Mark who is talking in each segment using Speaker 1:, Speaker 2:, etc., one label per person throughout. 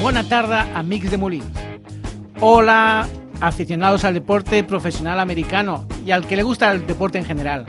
Speaker 1: Bona tarda, amics de Molins. Hola, aficionados al deporte profesional americano y al que le gusta el deporte en general.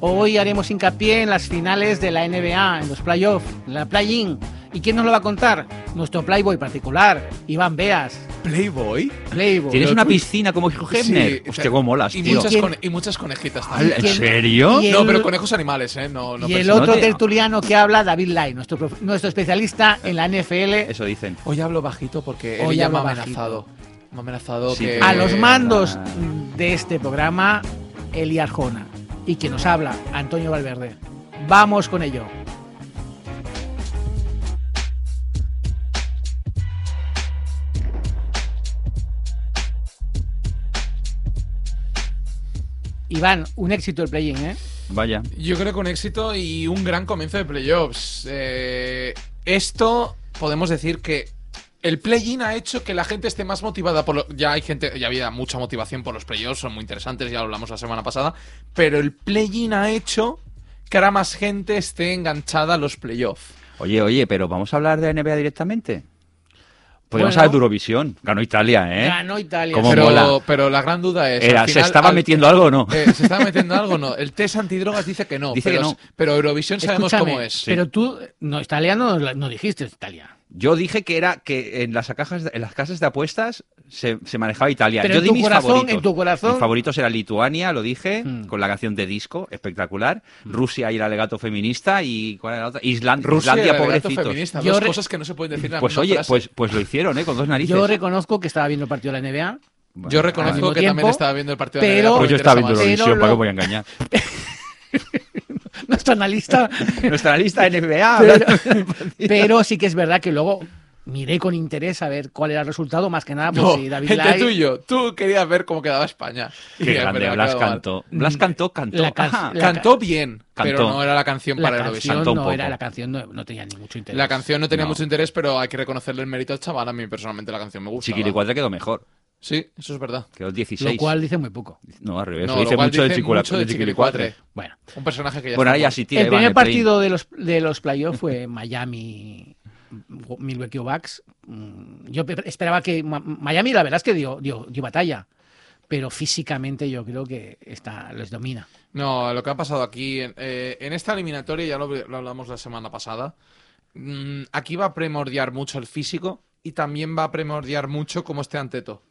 Speaker 1: Hoy haremos hincapié en las finales de la NBA, en los playoffs, la play-in. ¿Y quién nos lo va a contar? Nuestro playboy particular, Iván Beas.
Speaker 2: Playboy.
Speaker 1: Playboy.
Speaker 3: Tienes
Speaker 2: Pero
Speaker 3: una
Speaker 2: tú-
Speaker 3: piscina como Hugh Hefner.
Speaker 2: Sí,
Speaker 3: Hostia,
Speaker 2: tal.
Speaker 3: cómo molas,
Speaker 2: y
Speaker 3: tío.
Speaker 2: muchas,
Speaker 1: ¿Quién?
Speaker 2: cone- y muchas conejitas
Speaker 3: Al-
Speaker 2: también.
Speaker 3: ¿En
Speaker 1: ¿Quién?
Speaker 3: serio?
Speaker 1: Y el-
Speaker 2: No, pero conejos animales, ¿eh? No, no
Speaker 1: y el
Speaker 2: personas.
Speaker 3: personas.
Speaker 1: otro
Speaker 3: No te-
Speaker 1: tertuliano que habla, David Lai, nuestro, prof- nuestro especialista en la NFL.
Speaker 3: Eso dicen.
Speaker 2: Hoy hablo bajito porque
Speaker 1: Hoy
Speaker 2: él ya me
Speaker 1: hablo
Speaker 2: ha amenazado. Me ha amenazado
Speaker 3: Sí,
Speaker 2: que...
Speaker 3: pero-
Speaker 1: A los mandos
Speaker 3: Ah.
Speaker 1: de este programa, Eli Arjona. Y que nos habla, Antonio Valverde. Vamos con ello. Iván, un éxito el play-in, ¿eh?
Speaker 3: Vaya.
Speaker 2: Yo creo que un éxito y un gran comienzo de playoffs. Eh, esto podemos decir que el play-in ha hecho que la gente esté más motivada por lo- ya hay gente, ya había mucha motivación por los playoffs, son muy interesantes, ya lo hablamos la semana pasada, pero el play-in ha hecho que ahora más gente esté enganchada a los playoffs.
Speaker 3: Oye, oye, pero vamos a hablar de NBA directamente. Podemos
Speaker 1: Bueno.
Speaker 3: hablar de Eurovisión. Ganó Italia, ¿eh?
Speaker 1: Ganó Italia.
Speaker 3: ¿Cómo
Speaker 2: Pero,
Speaker 3: mola.
Speaker 2: pero la gran duda es
Speaker 3: Era,
Speaker 2: al
Speaker 3: ¿Se
Speaker 2: final,
Speaker 3: estaba
Speaker 2: al-
Speaker 3: metiendo algo o no?
Speaker 2: eh, se estaba metiendo algo o no. El test antidrogas dice que no,
Speaker 3: Dice
Speaker 2: pero,
Speaker 3: que no.
Speaker 2: pero Eurovisión sabemos
Speaker 1: Escúchame,
Speaker 2: cómo es.
Speaker 1: Pero tú, no, Italia no, no dijiste Italia.
Speaker 3: Yo dije que era que en las cajas, en las casas de apuestas se, se manejaba Italia.
Speaker 1: Pero
Speaker 3: Yo
Speaker 1: en
Speaker 3: di
Speaker 1: tu
Speaker 3: mis
Speaker 1: corazón,
Speaker 3: favoritos.
Speaker 1: en tu corazón.
Speaker 3: Mis favoritos era Lituania, lo dije,
Speaker 2: Hmm.
Speaker 1: Mm.
Speaker 3: con la canción de disco, espectacular. Rusia y el alegato feminista y ¿cuál era la otra? Islan-
Speaker 2: Rusia y
Speaker 3: Islandia,
Speaker 2: el alegato
Speaker 3: pobrecitos.
Speaker 2: feminista,
Speaker 1: Yo
Speaker 2: dos
Speaker 1: re-
Speaker 2: cosas que no se pueden decir en la
Speaker 3: Pues
Speaker 2: misma
Speaker 3: oye,
Speaker 2: frase.
Speaker 3: pues, pues lo hicieron, ¿eh? Con dos narices.
Speaker 1: Yo reconozco que estaba viendo el partido de la NBA,
Speaker 3: Bueno,
Speaker 2: Yo
Speaker 1: al mismo
Speaker 2: reconozco que
Speaker 1: tiempo,
Speaker 2: también estaba viendo el partido
Speaker 1: pero-
Speaker 2: de la NBA,
Speaker 3: Pues yo
Speaker 2: me
Speaker 3: estaba viendo
Speaker 2: interesa más.
Speaker 1: Pero
Speaker 3: Eurovisión,
Speaker 1: lo-
Speaker 3: ¿para qué voy a engañar?
Speaker 1: nuestro analista,
Speaker 3: Nuestra lista NBA.
Speaker 1: pero sí que es verdad que luego miré con interés a ver cuál era el resultado, más que nada por
Speaker 2: No,
Speaker 1: si David
Speaker 2: el de
Speaker 1: Lai-
Speaker 2: tuyo. Tú querías ver cómo quedaba España.
Speaker 3: Qué
Speaker 2: Y, eh,
Speaker 3: grande,
Speaker 2: pero
Speaker 3: Blas
Speaker 2: quedó mal.
Speaker 3: cantó. Blas cantó, cantó.
Speaker 1: La can-
Speaker 3: Ajá.
Speaker 1: la-
Speaker 2: Cantó bien, pero
Speaker 3: Cantó.
Speaker 2: no era la canción
Speaker 1: la
Speaker 2: para
Speaker 1: canción
Speaker 2: Eurovisión.
Speaker 3: Cantó un
Speaker 1: no
Speaker 3: poco.
Speaker 1: era la canción, no, no tenía ni mucho interés.
Speaker 2: La canción no tenía
Speaker 3: No.
Speaker 2: mucho interés, pero hay que reconocerle el mérito al chaval. A mí personalmente la canción me gusta.
Speaker 3: Chiquilicuatre quedó mejor.
Speaker 2: Sí, eso es verdad.
Speaker 3: Quedó
Speaker 1: lo
Speaker 3: 16.
Speaker 1: cual dice muy poco.
Speaker 3: No, al revés.
Speaker 2: No,
Speaker 3: lo
Speaker 2: lo
Speaker 3: dice
Speaker 2: cual
Speaker 3: mucho de
Speaker 2: dice mucho de eh.
Speaker 3: Chiquilicuatre.
Speaker 2: Chiquilicuatre.
Speaker 1: Bueno,
Speaker 2: Un personaje que ya está
Speaker 3: Bueno, ahora ya
Speaker 2: muerto.
Speaker 3: sí tira.
Speaker 1: el
Speaker 3: Iván,
Speaker 1: primer
Speaker 3: el play.
Speaker 1: partido de los, de los playoffs fue Miami. Milwaukee Bucks. Mm, Yo pe- esperaba que Ma- Miami, la verdad es que dio, dio, dio batalla, pero físicamente yo creo que está, les domina.
Speaker 2: No, lo que ha pasado aquí, en, eh, en esta eliminatoria, ya lo, lo hablamos la semana pasada, mm, aquí va a primordiar mucho el físico y también va a primordiar mucho cómo esté Anteto.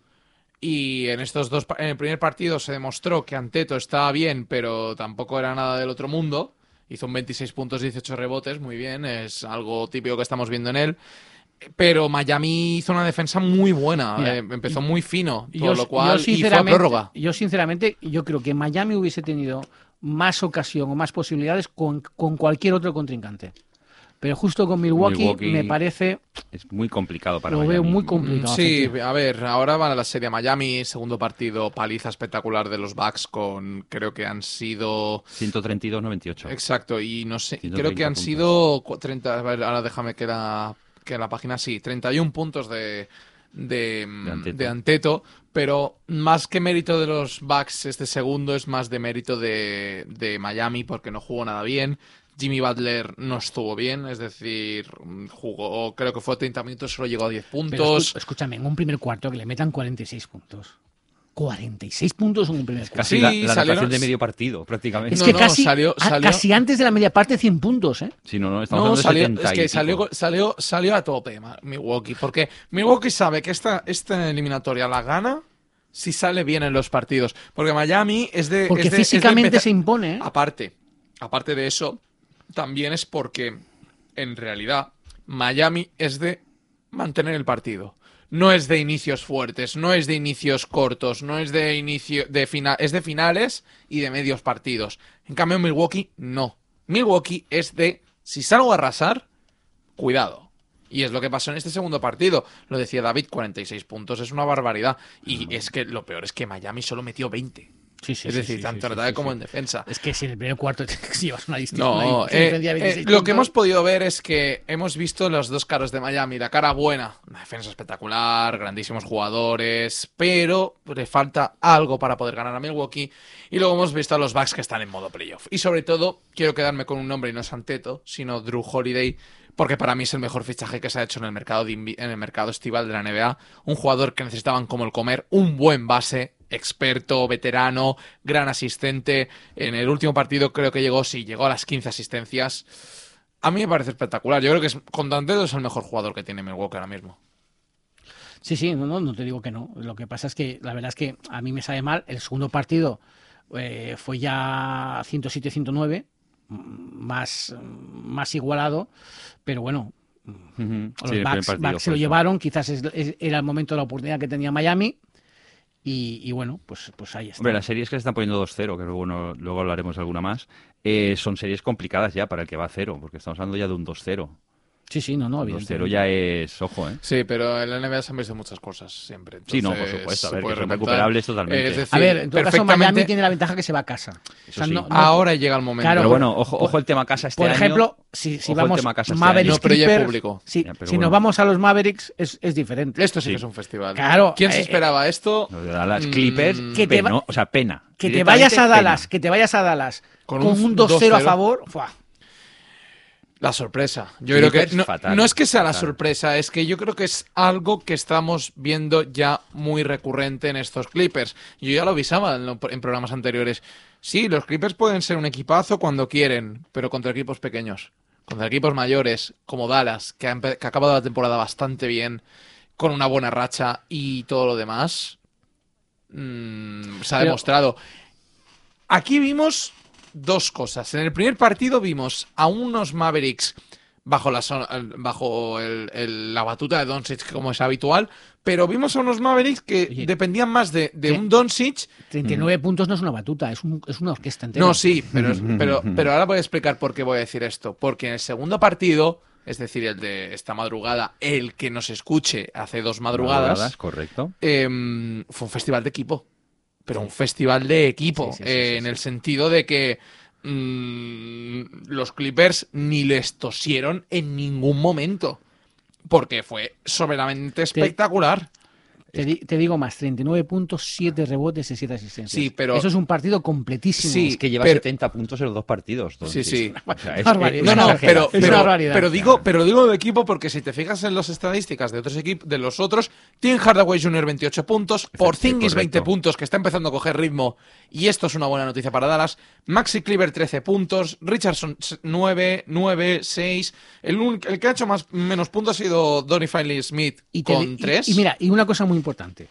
Speaker 2: Y en estos dos, pa- en el primer partido se demostró que Anteto estaba bien, pero tampoco era nada del otro mundo. Hizo un 26 puntos, 18 rebotes, muy bien, es algo típico que estamos viendo en él. Pero Miami hizo una defensa muy buena,
Speaker 1: Mira,
Speaker 2: eh, empezó muy fino,
Speaker 1: Y
Speaker 2: por
Speaker 1: yo-
Speaker 2: lo cual
Speaker 1: yo
Speaker 2: y fue a
Speaker 1: sinceramente-
Speaker 2: prórroga.
Speaker 1: Yo sinceramente, yo creo que Miami hubiese tenido más ocasión o más posibilidades con, con cualquier otro contrincante. Pero justo con Milwaukee,
Speaker 3: Milwaukee
Speaker 1: me parece,
Speaker 3: Es muy complicado para
Speaker 1: lo
Speaker 3: Miami.
Speaker 1: veo muy
Speaker 2: Mm,
Speaker 1: complicado.
Speaker 2: Sí,
Speaker 1: efectivamente.
Speaker 2: a ver, ahora van a la serie a Miami, segundo partido, paliza espectacular de los Bucks con, creo que han sido,
Speaker 3: 132-98.
Speaker 2: exacto, y no sé,
Speaker 3: 130
Speaker 2: creo que han
Speaker 3: puntos.
Speaker 2: sido cu- 30, a ver, ahora déjame que la, que la página, sí, 31 puntos de, de, mm,
Speaker 3: De Anteto.
Speaker 2: de Anteto, pero más que mérito de los Bucks, este segundo es más de mérito de, de Miami porque no jugó nada bien. Jimmy Butler no estuvo bien, es decir, jugó, creo que fue 30 minutos, solo llegó a 10
Speaker 1: Pero
Speaker 2: puntos.
Speaker 1: escu- escúchame, en un primer cuarto que le metan 46 puntos. 46 puntos en un primer cuarto.
Speaker 3: Casi
Speaker 2: Sí,
Speaker 3: la, la
Speaker 2: salieron-
Speaker 3: anotación de medio partido, prácticamente.
Speaker 1: Es
Speaker 2: No,
Speaker 1: que
Speaker 2: no,
Speaker 1: casi,
Speaker 2: salió-
Speaker 1: a-
Speaker 2: salió-
Speaker 1: casi antes de la media parte 100 puntos, ¿eh?
Speaker 3: Si no, no, estamos
Speaker 2: No,
Speaker 3: hablando de
Speaker 2: salió,
Speaker 3: 70
Speaker 2: es
Speaker 3: y
Speaker 2: que
Speaker 3: pico.
Speaker 2: salió, salió, salió a tope ma- Milwaukee, porque Milwaukee sabe que esta, esta eliminatoria la gana si sale bien en los partidos, porque Miami es de...
Speaker 1: Porque
Speaker 2: es de- es de
Speaker 1: físicamente
Speaker 2: empezar- Ah,
Speaker 1: se impone, ¿eh?
Speaker 2: Aparte, aparte de eso, también es porque, en realidad, Miami es de mantener el partido. No es de inicios fuertes, no es de inicios cortos, no es de inicio de final, es de finales y de medios partidos. En cambio, Milwaukee no. Milwaukee es de si salgo a arrasar, cuidado. Y es lo que pasó en este segundo partido. Lo decía David, 46 puntos es una barbaridad. Y es que lo peor es que Miami solo metió 20.
Speaker 1: Sí, sí,
Speaker 2: es
Speaker 1: sí,
Speaker 2: decir,
Speaker 1: sí,
Speaker 2: tanto
Speaker 1: sí, sí,
Speaker 2: en ataque
Speaker 1: sí,
Speaker 2: como
Speaker 1: sí.
Speaker 2: en defensa.
Speaker 1: Es que si en el primer cuarto te llevas una distinción.
Speaker 2: No,
Speaker 1: una
Speaker 2: eh,
Speaker 1: diferencia de
Speaker 2: eh,
Speaker 1: 26
Speaker 2: lo que
Speaker 1: puntos.
Speaker 2: hemos podido ver es que hemos visto los dos caros de Miami, la cara buena, una defensa espectacular, grandísimos jugadores, pero le falta algo para poder ganar a Milwaukee. Y luego hemos visto a los Bucks que están en modo playoff. Y sobre todo, quiero quedarme con un nombre y no es Anteto, sino Drew Holiday, porque para mí es el mejor fichaje que se ha hecho en el mercado, de invi- en el mercado estival de la NBA. Un jugador que necesitaban como el comer, un buen base, experto, veterano, gran asistente. En el último partido creo que llegó, sí, llegó a las 15 asistencias. A mí me parece espectacular. Yo creo que es, con Dantedo es el mejor jugador que tiene Milwaukee ahora mismo.
Speaker 1: Sí, sí, no, no, no te digo que no. Lo que pasa es que la verdad es que a mí me sabe mal. El segundo partido eh, fue ya 107-109, mm, más, mm, más igualado, pero bueno,
Speaker 3: Ujú.
Speaker 1: los
Speaker 3: Sí, el primer
Speaker 1: Bucks,
Speaker 3: partido
Speaker 1: Bucks se
Speaker 3: fue
Speaker 1: lo
Speaker 3: eso.
Speaker 1: llevaron, quizás es- es- era el momento de la oportunidad que tenía Miami. Y, y bueno, pues, pues ahí está.
Speaker 3: Hombre, las series que se están poniendo 2-0, que luego, no- luego hablaremos de alguna más, eh, son series complicadas ya para el que va a cero, porque estamos hablando ya de un 2-0.
Speaker 1: sí, sí, no, no,
Speaker 3: Un 2-0
Speaker 1: evidentemente.
Speaker 3: ya es, ojo, ¿eh?
Speaker 2: Sí, pero en la NBA se han visto muchas cosas siempre.
Speaker 3: Sí, no, por
Speaker 2: Entonces,
Speaker 3: supuesto, a
Speaker 2: se
Speaker 3: ver,
Speaker 2: puede
Speaker 3: que son
Speaker 2: remontar.
Speaker 3: recuperables totalmente.
Speaker 2: Es decir,
Speaker 1: A ver, en todo caso,
Speaker 2: perfectamente,
Speaker 1: Miami tiene la ventaja que se va a casa.
Speaker 3: Eso sí.
Speaker 2: Ahora llega el momento.
Speaker 1: Claro,
Speaker 3: Pero
Speaker 1: por-
Speaker 3: bueno, ojo, ojo
Speaker 1: por-
Speaker 3: el tema casa este
Speaker 1: Por
Speaker 3: año.
Speaker 1: ejemplo, si, si
Speaker 3: Ojo el
Speaker 1: vamos
Speaker 3: tema casa este
Speaker 1: Mavericks,
Speaker 2: año. No, pero ya hay
Speaker 1: Clippers,
Speaker 2: público.
Speaker 1: si,
Speaker 3: Ya, pero
Speaker 1: si
Speaker 3: bueno.
Speaker 1: nos vamos a los Mavericks es, es diferente.
Speaker 2: Esto sí, que
Speaker 3: Sí.
Speaker 2: es un festival.
Speaker 1: Claro,
Speaker 2: ¿Quién se
Speaker 1: eh,
Speaker 2: esperaba esto?
Speaker 3: Lo de Dallas
Speaker 2: Mm,
Speaker 3: Clippers,
Speaker 1: Que te va-
Speaker 3: pena, o sea, pena.
Speaker 1: Que te
Speaker 3: Directamente
Speaker 1: vayas a
Speaker 3: pena.
Speaker 1: Dallas, que te vayas a Dallas
Speaker 2: Con
Speaker 1: con,
Speaker 2: un
Speaker 1: un, 2-0 a
Speaker 2: 2-0.
Speaker 1: favor, ¡fua!
Speaker 2: La sorpresa. Yo
Speaker 3: Clippers
Speaker 2: creo que no,
Speaker 3: fatal,
Speaker 2: no es que sea la
Speaker 3: fatal.
Speaker 2: sorpresa, es que yo creo que es algo que estamos viendo ya muy recurrente en estos Clippers. Yo ya lo avisaba en, lo- en programas anteriores. Sí, los Clippers pueden ser un equipazo cuando quieren, pero contra equipos pequeños, contra equipos mayores, como Dallas, que ha, empe- que ha acabado la temporada bastante bien, con una buena racha y todo lo demás, mm, se ha
Speaker 1: Pero-
Speaker 2: demostrado. Aquí vimos dos cosas. En el primer partido vimos a unos Mavericks bajo la, zona- bajo el- el- la batuta de Doncic, como es habitual, pero vimos a unos Mavericks que
Speaker 1: Oye.
Speaker 2: dependían más de, de
Speaker 1: Sí.
Speaker 2: un Doncic.
Speaker 1: 39 puntos no es una batuta, es, un- es una orquesta entera.
Speaker 2: Mm. No, sí, pero, pero, pero ahora voy a explicar por qué voy a decir esto. Porque en el segundo partido, es decir, el de esta madrugada, el que nos escuche hace dos madrugadas,
Speaker 3: correcto.
Speaker 2: em, fue un festival de equipo. Pero un festival de equipo.
Speaker 1: Sí, sí, sí,
Speaker 2: eh,
Speaker 1: sí,
Speaker 2: en
Speaker 1: sí.
Speaker 2: el sentido de que mm, los Clippers ni les tosieron en ningún momento. Porque fue soberanamente espectacular.
Speaker 1: Te, di- te digo más, 39 puntos, 7 rebotes y 7 asistencias.
Speaker 2: Sí, pero-
Speaker 1: Eso es un partido completísimo.
Speaker 2: Sí,
Speaker 3: Es que lleva
Speaker 2: pero-
Speaker 3: 70 puntos en los dos partidos.
Speaker 2: Sí,
Speaker 3: entonces.
Speaker 2: sí.
Speaker 3: O sea, es-
Speaker 1: Barbaridad.
Speaker 3: es
Speaker 2: No,
Speaker 1: una
Speaker 2: no,
Speaker 1: exageración.
Speaker 2: pero,
Speaker 1: Es una
Speaker 2: pero-
Speaker 1: barbaridad.
Speaker 2: pero digo, pero digo de equipo porque si te fijas en las estadísticas de otros equipos, de los otros, Tim Hardaway Jr. 28 puntos, Porzingis
Speaker 3: correcto.
Speaker 2: 20 puntos, que está empezando a coger ritmo, y esto es una buena noticia para Dallas, Maxi Cleaver 13 puntos, Richardson 9, 9, 6, el, un- el que ha hecho más menos puntos ha sido Donny Finley Smith
Speaker 1: Y te-
Speaker 2: con
Speaker 1: y-
Speaker 2: 3.
Speaker 1: Y, mira, y una cosa muy importante.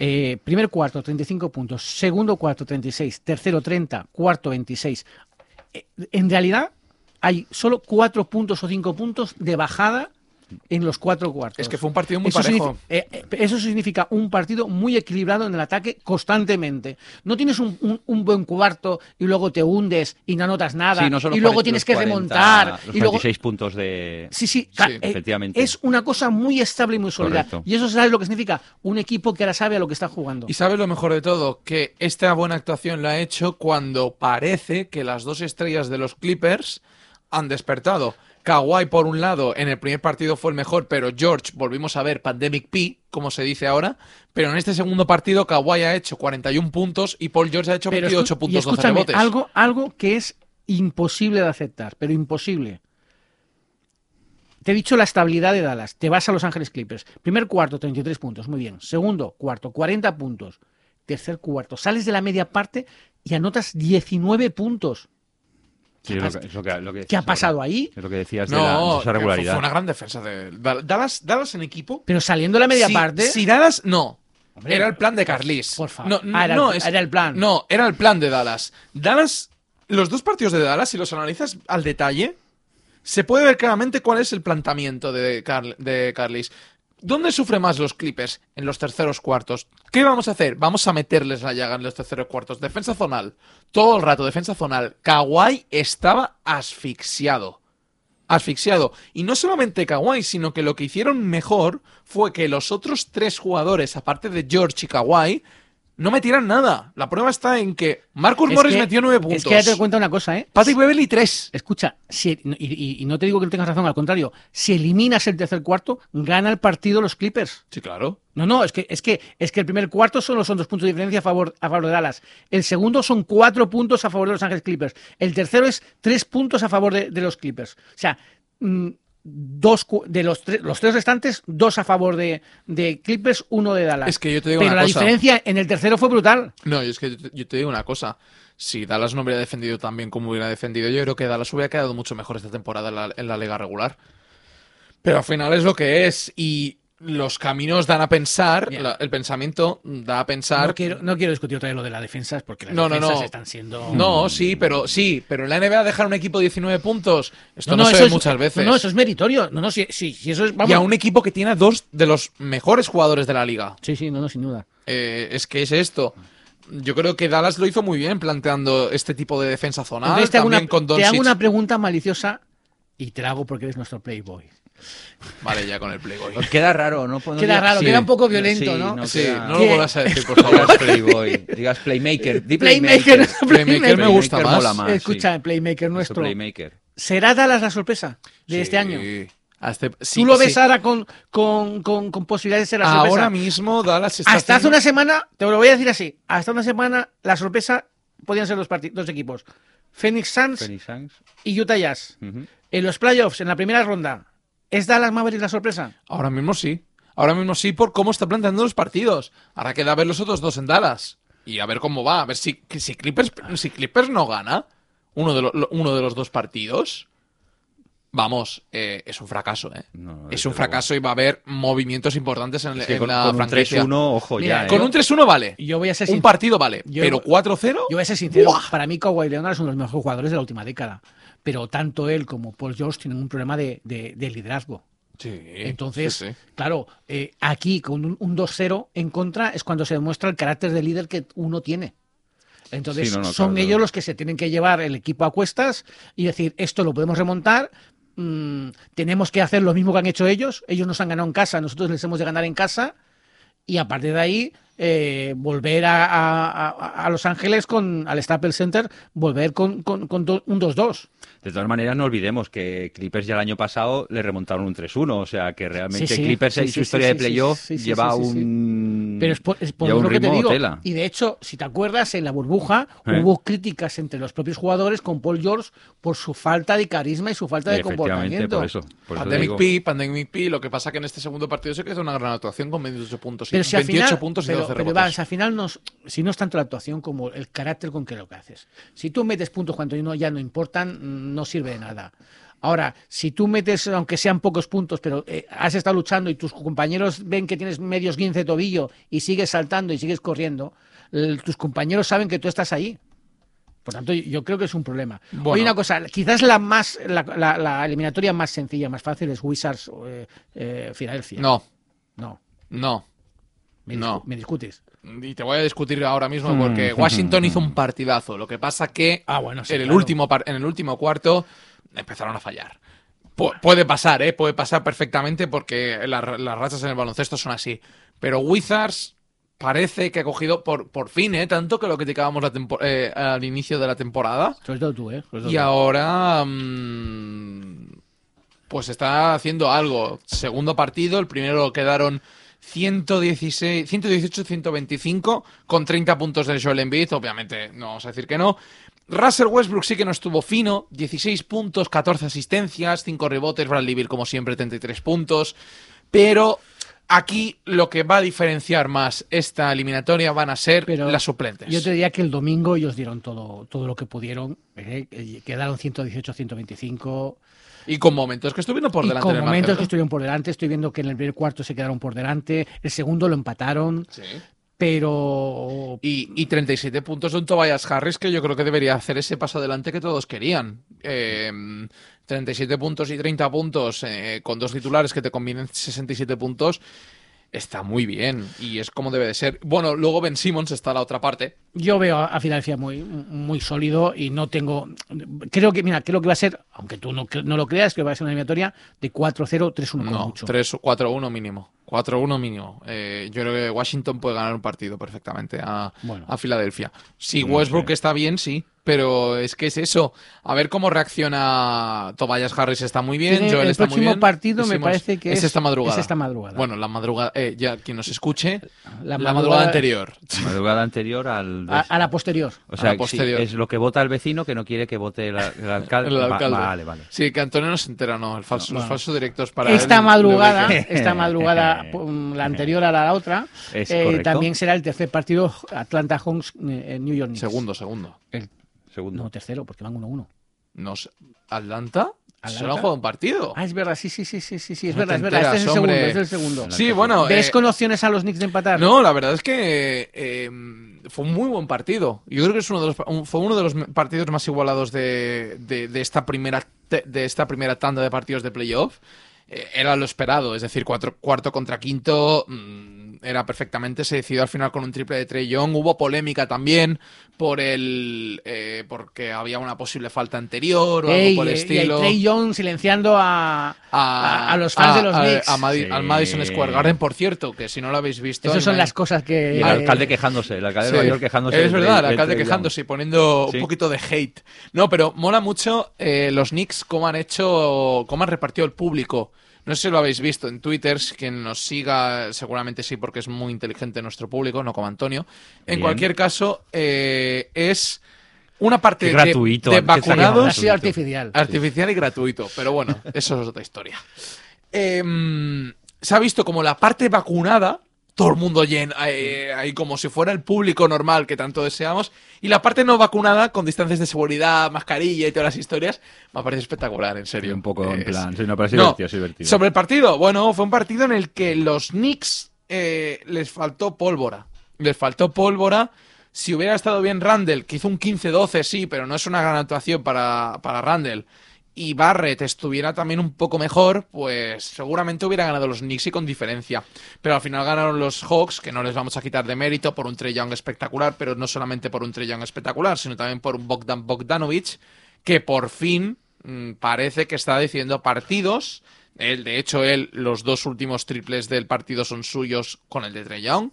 Speaker 1: Eh, primer cuarto, 35 puntos. Segundo cuarto, 36. Tercero, 30. Cuarto, 26. Eh, en realidad, hay solo 4 puntos o 5 puntos de bajada en los cuatro cuartos.
Speaker 2: es que fue un partido muy
Speaker 1: eso
Speaker 2: parejo.
Speaker 1: signifi- eh, eh, eso significa un partido muy equilibrado en el ataque constantemente. No tienes un, un- un buen cuarto y luego te hundes y no anotas nada.
Speaker 3: Sí, no son los
Speaker 1: y luego
Speaker 3: 40,
Speaker 1: tienes
Speaker 3: los
Speaker 1: que
Speaker 3: 40,
Speaker 1: remontar.
Speaker 3: Los
Speaker 1: y luego
Speaker 3: 46 puntos de.
Speaker 1: Sí, sí, ca-
Speaker 2: Sí,
Speaker 1: eh,
Speaker 3: efectivamente.
Speaker 1: Es una cosa muy estable y muy sólida.
Speaker 3: Correcto.
Speaker 1: Y eso sabes lo que significa. Un equipo que ahora sabe a lo que está jugando.
Speaker 2: Y sabes lo mejor de todo, que esta buena actuación la ha hecho cuando parece que las dos estrellas de los Clippers han despertado. Kawhi, por un lado, en el primer partido fue el mejor, pero George, volvimos a ver Pandemic P, como se dice ahora. Pero en este segundo partido, Kawhi ha hecho 41 puntos y Paul George ha hecho
Speaker 1: Pero
Speaker 2: 28
Speaker 1: escu- y
Speaker 2: puntos, 12
Speaker 1: escúchame,
Speaker 2: rebotes.
Speaker 1: algo, algo que es imposible de aceptar, pero imposible. Te he dicho la estabilidad de Dallas. Te vas a Los Ángeles Clippers. Primer cuarto, 33 puntos. Muy bien. Segundo cuarto, 40 puntos. Tercer cuarto, sales de la media parte y anotas 19 puntos.
Speaker 3: Sí, es lo que- es lo que- lo que
Speaker 1: ¿Qué ha
Speaker 3: decías
Speaker 1: pasado
Speaker 3: ahora.
Speaker 1: ahí?
Speaker 3: Es lo que decías de, la, de
Speaker 2: No,
Speaker 3: esa
Speaker 2: fue,
Speaker 3: regularidad.
Speaker 2: fue una gran defensa de Dallas, Dallas en equipo.
Speaker 1: Pero saliendo de la media
Speaker 2: Si-
Speaker 1: parte.
Speaker 2: Si Dallas, no.
Speaker 1: Hombre,
Speaker 2: era el plan de Carlis.
Speaker 1: por favor.
Speaker 2: No,
Speaker 1: Ah, era el
Speaker 2: no,
Speaker 1: pl- era el plan.
Speaker 2: No, era el plan de Dallas. Dallas, los dos partidos de Dallas, si los analizas al detalle, se puede ver claramente cuál es el planteamiento de, Carl- de Carlis. ¿Dónde sufre más los Clippers? En los terceros cuartos. ¿Qué vamos a hacer? Vamos a meterles la llaga en los terceros cuartos. Defensa zonal. Todo el rato, defensa zonal. Kawhi estaba asfixiado asfixiado. Y no solamente Kawhi, sino que lo que hicieron mejor fue que los otros tres jugadores, aparte de George y Kawhi, No me tiran nada. La prueba está en que Marcus
Speaker 1: Es
Speaker 2: Morris
Speaker 1: que-
Speaker 2: metió nueve puntos.
Speaker 1: Es que ya te cuenta una cosa, ¿eh?
Speaker 2: Patrick Beverly, tres.
Speaker 1: Escucha, si- y, y- y no te digo que no tengas razón, al contrario, si eliminas el tercer cuarto, gana el partido los Clippers.
Speaker 2: Sí, claro.
Speaker 1: No, no, es que, es que, es que el primer cuarto solo son dos puntos de diferencia a favor, a favor de Dallas. El segundo son cuatro puntos a favor de los Ángeles Clippers. El tercero es tres puntos a favor de, de los Clippers. O sea, mm, dos cu- de los, tres- los tres restantes, dos a favor de, de Clippers, uno de Dallas.
Speaker 2: Es que yo te digo
Speaker 1: Pero
Speaker 2: una
Speaker 1: la
Speaker 2: cosa.
Speaker 1: diferencia en el tercero fue brutal.
Speaker 2: No, es que yo te- yo te digo una cosa. Si Dallas no hubiera defendido tan bien como hubiera defendido, yo creo que Dallas hubiera quedado mucho mejor esta temporada en la, en la liga regular. Pero al final es lo que es. Y los caminos dan a pensar,
Speaker 1: Ya.
Speaker 2: la- el pensamiento da a pensar.
Speaker 1: No quiero, no quiero discutir otra vez lo de las defensas porque las
Speaker 2: No, no,
Speaker 1: defensas
Speaker 2: no.
Speaker 1: están siendo.
Speaker 2: No, sí, pero sí, pero en la NBA dejar un equipo 19 puntos, esto no, se
Speaker 1: eso
Speaker 2: ve
Speaker 1: es-
Speaker 2: muchas veces.
Speaker 1: No, no, eso es meritorio. No, no, sí, sí, sí, eso es. Vamos.
Speaker 2: Y a un equipo que tiene a dos de los mejores jugadores de la liga.
Speaker 1: Sí, sí, no, no, sin duda.
Speaker 2: Eh, es que es esto. Yo creo que Dallas lo hizo muy bien planteando este tipo de defensa zonal,
Speaker 1: Entonces te hago,
Speaker 2: también
Speaker 1: una,
Speaker 2: con
Speaker 1: te hago
Speaker 2: Doncic.
Speaker 1: una pregunta maliciosa y te la hago porque eres nuestro Playboy.
Speaker 2: Vale, ya con el Playboy.
Speaker 3: Pues Queda raro, ¿no? No
Speaker 1: Queda
Speaker 3: digas-
Speaker 1: raro,
Speaker 2: sí.
Speaker 1: queda un poco violento,
Speaker 3: Sí,
Speaker 1: ¿no?
Speaker 3: no.
Speaker 2: Sí,
Speaker 3: queda-
Speaker 2: no
Speaker 1: ¿Qué?
Speaker 2: lo vuelvas a decir, por
Speaker 3: No digas
Speaker 2: favor.
Speaker 3: Playboy, digas Playmaker. Di
Speaker 1: Playmaker,
Speaker 2: Playmaker me gusta
Speaker 3: Playmaker
Speaker 2: más.
Speaker 3: mola más.
Speaker 1: Escucha,
Speaker 3: sí.
Speaker 1: Playmaker
Speaker 3: Es
Speaker 1: nuestro.
Speaker 3: Playmaker.
Speaker 1: ¿Será Dallas la sorpresa de
Speaker 2: Sí.
Speaker 1: este año?
Speaker 2: A este- sí,
Speaker 1: ¿Tú lo ves
Speaker 2: sí.
Speaker 1: ahora con, con, con, con posibilidades de ser la sorpresa?
Speaker 2: Ahora mismo Dallas está
Speaker 1: hasta hace
Speaker 2: haciendo-
Speaker 1: una semana, te lo voy a decir así, hasta una semana la sorpresa podían ser dos, parti- dos equipos. Phoenix Suns
Speaker 3: Phoenix Suns.
Speaker 1: y Utah Jazz.
Speaker 3: Ujú.
Speaker 1: En los playoffs, en la primera ronda, ¿es Dallas Mavericks la sorpresa?
Speaker 2: Ahora mismo sí. Ahora mismo sí por cómo está planteando los partidos. Ahora queda ver los otros dos en Dallas. Y a ver cómo va. A ver si, que si, Clippers, si Clippers no gana uno de, lo- lo- uno de los dos partidos. Vamos, eh, es un fracaso, ¿eh?
Speaker 3: No, no,
Speaker 2: es
Speaker 3: desde
Speaker 2: un fracaso y va a haber movimientos importantes en,
Speaker 3: Es que
Speaker 2: en
Speaker 3: con,
Speaker 2: la
Speaker 3: con un
Speaker 2: franquicia.
Speaker 3: 3-1, ojo
Speaker 1: Mira,
Speaker 3: ya. ¿eh?
Speaker 2: Con un 3-1 vale.
Speaker 1: Yo voy a ser
Speaker 2: Un
Speaker 1: sin-
Speaker 2: partido vale.
Speaker 1: Yo-
Speaker 2: pero 4-0.
Speaker 1: Yo voy a ser sincero,
Speaker 2: ¡buah!
Speaker 1: para mí Kawhi Leonard es uno de los mejores jugadores de la última década. Pero tanto él como Paul George tienen un problema de, de- de liderazgo.
Speaker 2: Sí,
Speaker 1: Entonces,
Speaker 2: sí, sí.
Speaker 1: claro, eh, aquí con un, un 2-0 en contra es cuando se demuestra el carácter de líder que uno tiene. Entonces,
Speaker 3: Sí, no, no,
Speaker 1: son
Speaker 3: claro,
Speaker 1: ellos
Speaker 3: claro.
Speaker 1: los que se tienen que llevar el equipo a cuestas y decir, esto lo podemos remontar, mm, tenemos que hacer lo mismo que han hecho ellos, ellos nos han ganado en casa, nosotros les hemos de ganar en casa y a partir de ahí eh, volver a, a- a- a Los Ángeles con al Staples Center, volver con, con- con do- un 2-2.
Speaker 3: De todas maneras, no olvidemos que Clippers ya el año pasado le remontaron un 3-1. O sea, que realmente
Speaker 1: Sí, sí.
Speaker 3: Clippers
Speaker 1: Sí,
Speaker 3: en
Speaker 1: sí,
Speaker 3: su
Speaker 1: sí,
Speaker 3: historia
Speaker 1: sí,
Speaker 3: de
Speaker 1: sí,
Speaker 3: playoff
Speaker 1: sí, sí,
Speaker 3: lleva
Speaker 1: sí, sí, sí.
Speaker 3: un.
Speaker 1: Pero es por, es por
Speaker 3: lleva un
Speaker 1: lo que te
Speaker 3: ritmo
Speaker 1: digo.
Speaker 3: tela.
Speaker 1: Y de hecho, si te acuerdas, en la burbuja
Speaker 3: Eh.
Speaker 1: hubo críticas entre los propios jugadores con Paul George por su falta de carisma y su falta de
Speaker 3: Efectivamente,
Speaker 1: comportamiento.
Speaker 3: por eso. por eso te
Speaker 2: Pandemic
Speaker 3: digo.
Speaker 2: P, Pandemic P, lo que pasa que en este segundo partido se hizo una gran actuación con 28 puntos y
Speaker 1: Pero si al
Speaker 2: 28
Speaker 1: final,
Speaker 2: puntos y
Speaker 1: pero,
Speaker 2: 12
Speaker 1: pero,
Speaker 2: rebotes.
Speaker 1: Iván, si al final no es- si no es tanto la actuación como el carácter con que lo que haces. Si tú metes puntos cuando no, ya no importan, mm, no sirve de nada. Ahora, si tú metes, aunque sean pocos puntos, pero eh, has estado luchando y tus compañeros ven que tienes medios 15 de tobillo y sigues saltando y sigues corriendo, el- tus compañeros saben que tú estás ahí. Por tanto, yo creo que es un problema.
Speaker 2: Bueno.
Speaker 1: Oye, una cosa, quizás la más la, la- la eliminatoria más sencilla, más fácil es Wizards eh, eh, Filadelfia.
Speaker 2: No,
Speaker 1: No.
Speaker 2: no.
Speaker 1: Me,
Speaker 2: No.
Speaker 1: discu- me discutes.
Speaker 2: Y te voy a discutir ahora mismo porque Washington hizo un partidazo. Lo que pasa que
Speaker 1: Hmm. Ah, bueno, sí,
Speaker 2: en, el
Speaker 1: claro.
Speaker 2: último par- en el último cuarto empezaron a fallar. Pu- puede pasar, ¿eh? Puede pasar perfectamente porque la- las rachas en el baloncesto son así. Pero Wizards parece que ha cogido por, por fin, ¿eh? Tanto que lo criticábamos la tempo- eh, al inicio de la temporada.
Speaker 1: Sobre todo tú, ¿eh? Sobre todo
Speaker 2: Y
Speaker 1: tú.
Speaker 2: ahora. mm, pues está haciendo algo. Segundo partido, el primero quedaron 116, 118-125 con 30 puntos de Joel Embiid. Obviamente, no vamos a decir que no. Russell Westbrook sí que no estuvo fino. 16 puntos, 14 asistencias, 5 rebotes. Bradley Beal, como siempre, 33 puntos. Pero. Aquí lo que va a diferenciar más esta eliminatoria van a ser
Speaker 1: Pero
Speaker 2: las suplentes.
Speaker 1: Yo te diría que el domingo ellos dieron todo, todo lo que pudieron. ¿eh? Eh, Quedaron 118, 125.
Speaker 2: Y con momentos que estuvieron por
Speaker 1: y
Speaker 2: delante
Speaker 1: con
Speaker 2: del
Speaker 1: momentos que
Speaker 2: marcador.
Speaker 1: estuvieron por delante, estoy viendo que en el primer cuarto se quedaron por delante. El segundo lo empataron,
Speaker 2: Sí.
Speaker 1: pero.
Speaker 2: Y, y 37 puntos de un Tobias Harris que yo creo que debería hacer ese paso adelante que todos querían. Eh, 37 puntos y 30 puntos eh, con dos titulares que te combinen 67 puntos. está muy bien y es como debe de ser. Bueno, luego Ben Simmons está a la otra parte.
Speaker 1: Yo veo a Filadelfia muy, muy sólido y no tengo. Creo que, mira, creo que va a ser, aunque tú no, no lo creas, que va a ser una eliminatoria de 4-0, 3-1 con
Speaker 2: No,
Speaker 1: mucho.
Speaker 2: 3 4-1 mínimo. 4-1 mínimo. Eh, yo creo que Washington puede ganar un partido perfectamente a,
Speaker 1: Bueno.
Speaker 2: a Filadelfia. Si
Speaker 3: No
Speaker 2: Westbrook
Speaker 3: sé.
Speaker 2: está bien, sí. Pero es que es eso. A ver cómo reacciona Tobias Harris está muy bien.
Speaker 1: Tiene-
Speaker 2: Joel
Speaker 1: el
Speaker 2: está muy
Speaker 1: próximo
Speaker 2: bien.
Speaker 1: partido me
Speaker 2: Simmons
Speaker 1: parece que es-
Speaker 2: esta madrugada.
Speaker 1: es esta madrugada.
Speaker 2: Bueno, la madrugada. eh, ya quien nos escuche, la, madrugada,
Speaker 1: madrugada-
Speaker 2: anterior.
Speaker 3: Madrugada anterior al.
Speaker 1: A, a la posterior.
Speaker 3: o
Speaker 2: a
Speaker 3: sea,
Speaker 2: la
Speaker 3: sí,
Speaker 2: posterior.
Speaker 3: es lo que vota el vecino que no quiere que vote el, el alcalde.
Speaker 2: El
Speaker 3: Va-
Speaker 2: alcalde.
Speaker 3: vale, vale.
Speaker 2: Sí, que Antonio no se entera, no. El falso- Los
Speaker 1: Bueno.
Speaker 2: falsos directos para
Speaker 1: esta
Speaker 2: él,
Speaker 1: madrugada,
Speaker 2: le ubica.
Speaker 1: esta madrugada, pum, la anterior a la otra,
Speaker 3: Es
Speaker 1: eh,
Speaker 3: correcto.
Speaker 1: también será el tercer partido Atlanta Hawks eh, en New York Knicks.
Speaker 2: Segundo, segundo.
Speaker 1: El-
Speaker 3: Segundo.
Speaker 1: no, tercero, porque van 1-1.
Speaker 2: No sé. ¿Atlanta? Solo han
Speaker 1: ¿Atlanta?
Speaker 2: jugado un partido.
Speaker 1: Ah, es verdad, sí, sí, sí, sí, sí, sí, es
Speaker 2: No
Speaker 1: verdad,
Speaker 2: te
Speaker 1: es verdad. Este es el
Speaker 2: enteras,
Speaker 1: segundo,
Speaker 2: hombre.
Speaker 1: este es el segundo.
Speaker 2: Sí, bueno.
Speaker 1: ¿Ves
Speaker 2: eh,
Speaker 1: con opciones a los Knicks de empatar?
Speaker 2: No, la verdad es que eh, fue un muy buen partido. Yo creo que es uno de los, un- fue uno de los partidos más igualados de, de- de esta primera, te- de esta primera tanda de partidos de playoff. Eh, era lo esperado, es decir, cuatro- cuarto contra quinto mm, era perfectamente. Se decidió al final con un triple de Trey Young. Hubo polémica también por el eh, porque había una posible falta anterior o
Speaker 1: Ey,
Speaker 2: algo por el
Speaker 1: eh,
Speaker 2: estilo.
Speaker 1: Y hay Trey Young silenciando a. a- a los fans de los Knicks.
Speaker 2: a Madi-
Speaker 3: Sí.
Speaker 2: al Madison Square Garden, por cierto, que si no lo habéis visto.
Speaker 1: Esas
Speaker 2: hay
Speaker 1: son
Speaker 2: una-
Speaker 1: las cosas que.
Speaker 3: Y el
Speaker 2: Ah,
Speaker 3: alcalde quejándose, el alcalde de Nueva
Speaker 2: Sí.
Speaker 3: York quejándose.
Speaker 2: Es
Speaker 3: del-
Speaker 2: verdad, el
Speaker 3: del
Speaker 2: alcalde
Speaker 3: Trey Young.
Speaker 2: quejándose y poniendo
Speaker 3: Sí.
Speaker 2: un poquito de hate. No, pero mola mucho eh, los Knicks cómo han hecho, cómo han repartido el público. No sé si lo habéis visto en Twitter, quien nos siga, seguramente sí, porque es muy inteligente nuestro público, no como Antonio. En
Speaker 3: Bien.
Speaker 2: cualquier caso, eh, es una parte
Speaker 3: Qué
Speaker 2: de-
Speaker 3: gratuito,
Speaker 2: de
Speaker 3: qué
Speaker 1: Ha
Speaker 2: vacunados
Speaker 1: sido artificial.
Speaker 2: Artificial y gratuito, pero bueno, eso es otra historia. Em, se ha visto como la parte vacunada, todo el mundo lleno, eh, ahí como si fuera el público normal que tanto deseamos, y la parte no vacunada, con distancias de seguridad, mascarilla y todas las historias, me ha parecido espectacular, en
Speaker 3: Sí,
Speaker 2: serio.
Speaker 3: un poco en
Speaker 2: Es-
Speaker 3: plan. Sí, no, pero es
Speaker 2: No,
Speaker 3: divertido, es divertido.
Speaker 2: Sobre el partido, bueno, fue un partido en el que los Knicks eh, les faltó pólvora. Les faltó pólvora. Si hubiera estado bien Randall, que hizo un 15-12, sí, pero no es una gran actuación para, para Randall, y Barrett estuviera también un poco mejor, pues seguramente hubiera ganado los Knicks y con diferencia. Pero al final ganaron los Hawks, que no les vamos a quitar de mérito por un Trey Young espectacular, pero no solamente por un Trey Young espectacular, sino también por un Bogdan Bogdanovic, que por fin mm, parece que está decidiendo partidos. Él, de hecho, él, los dos últimos triples del partido son suyos con el de Trey Young.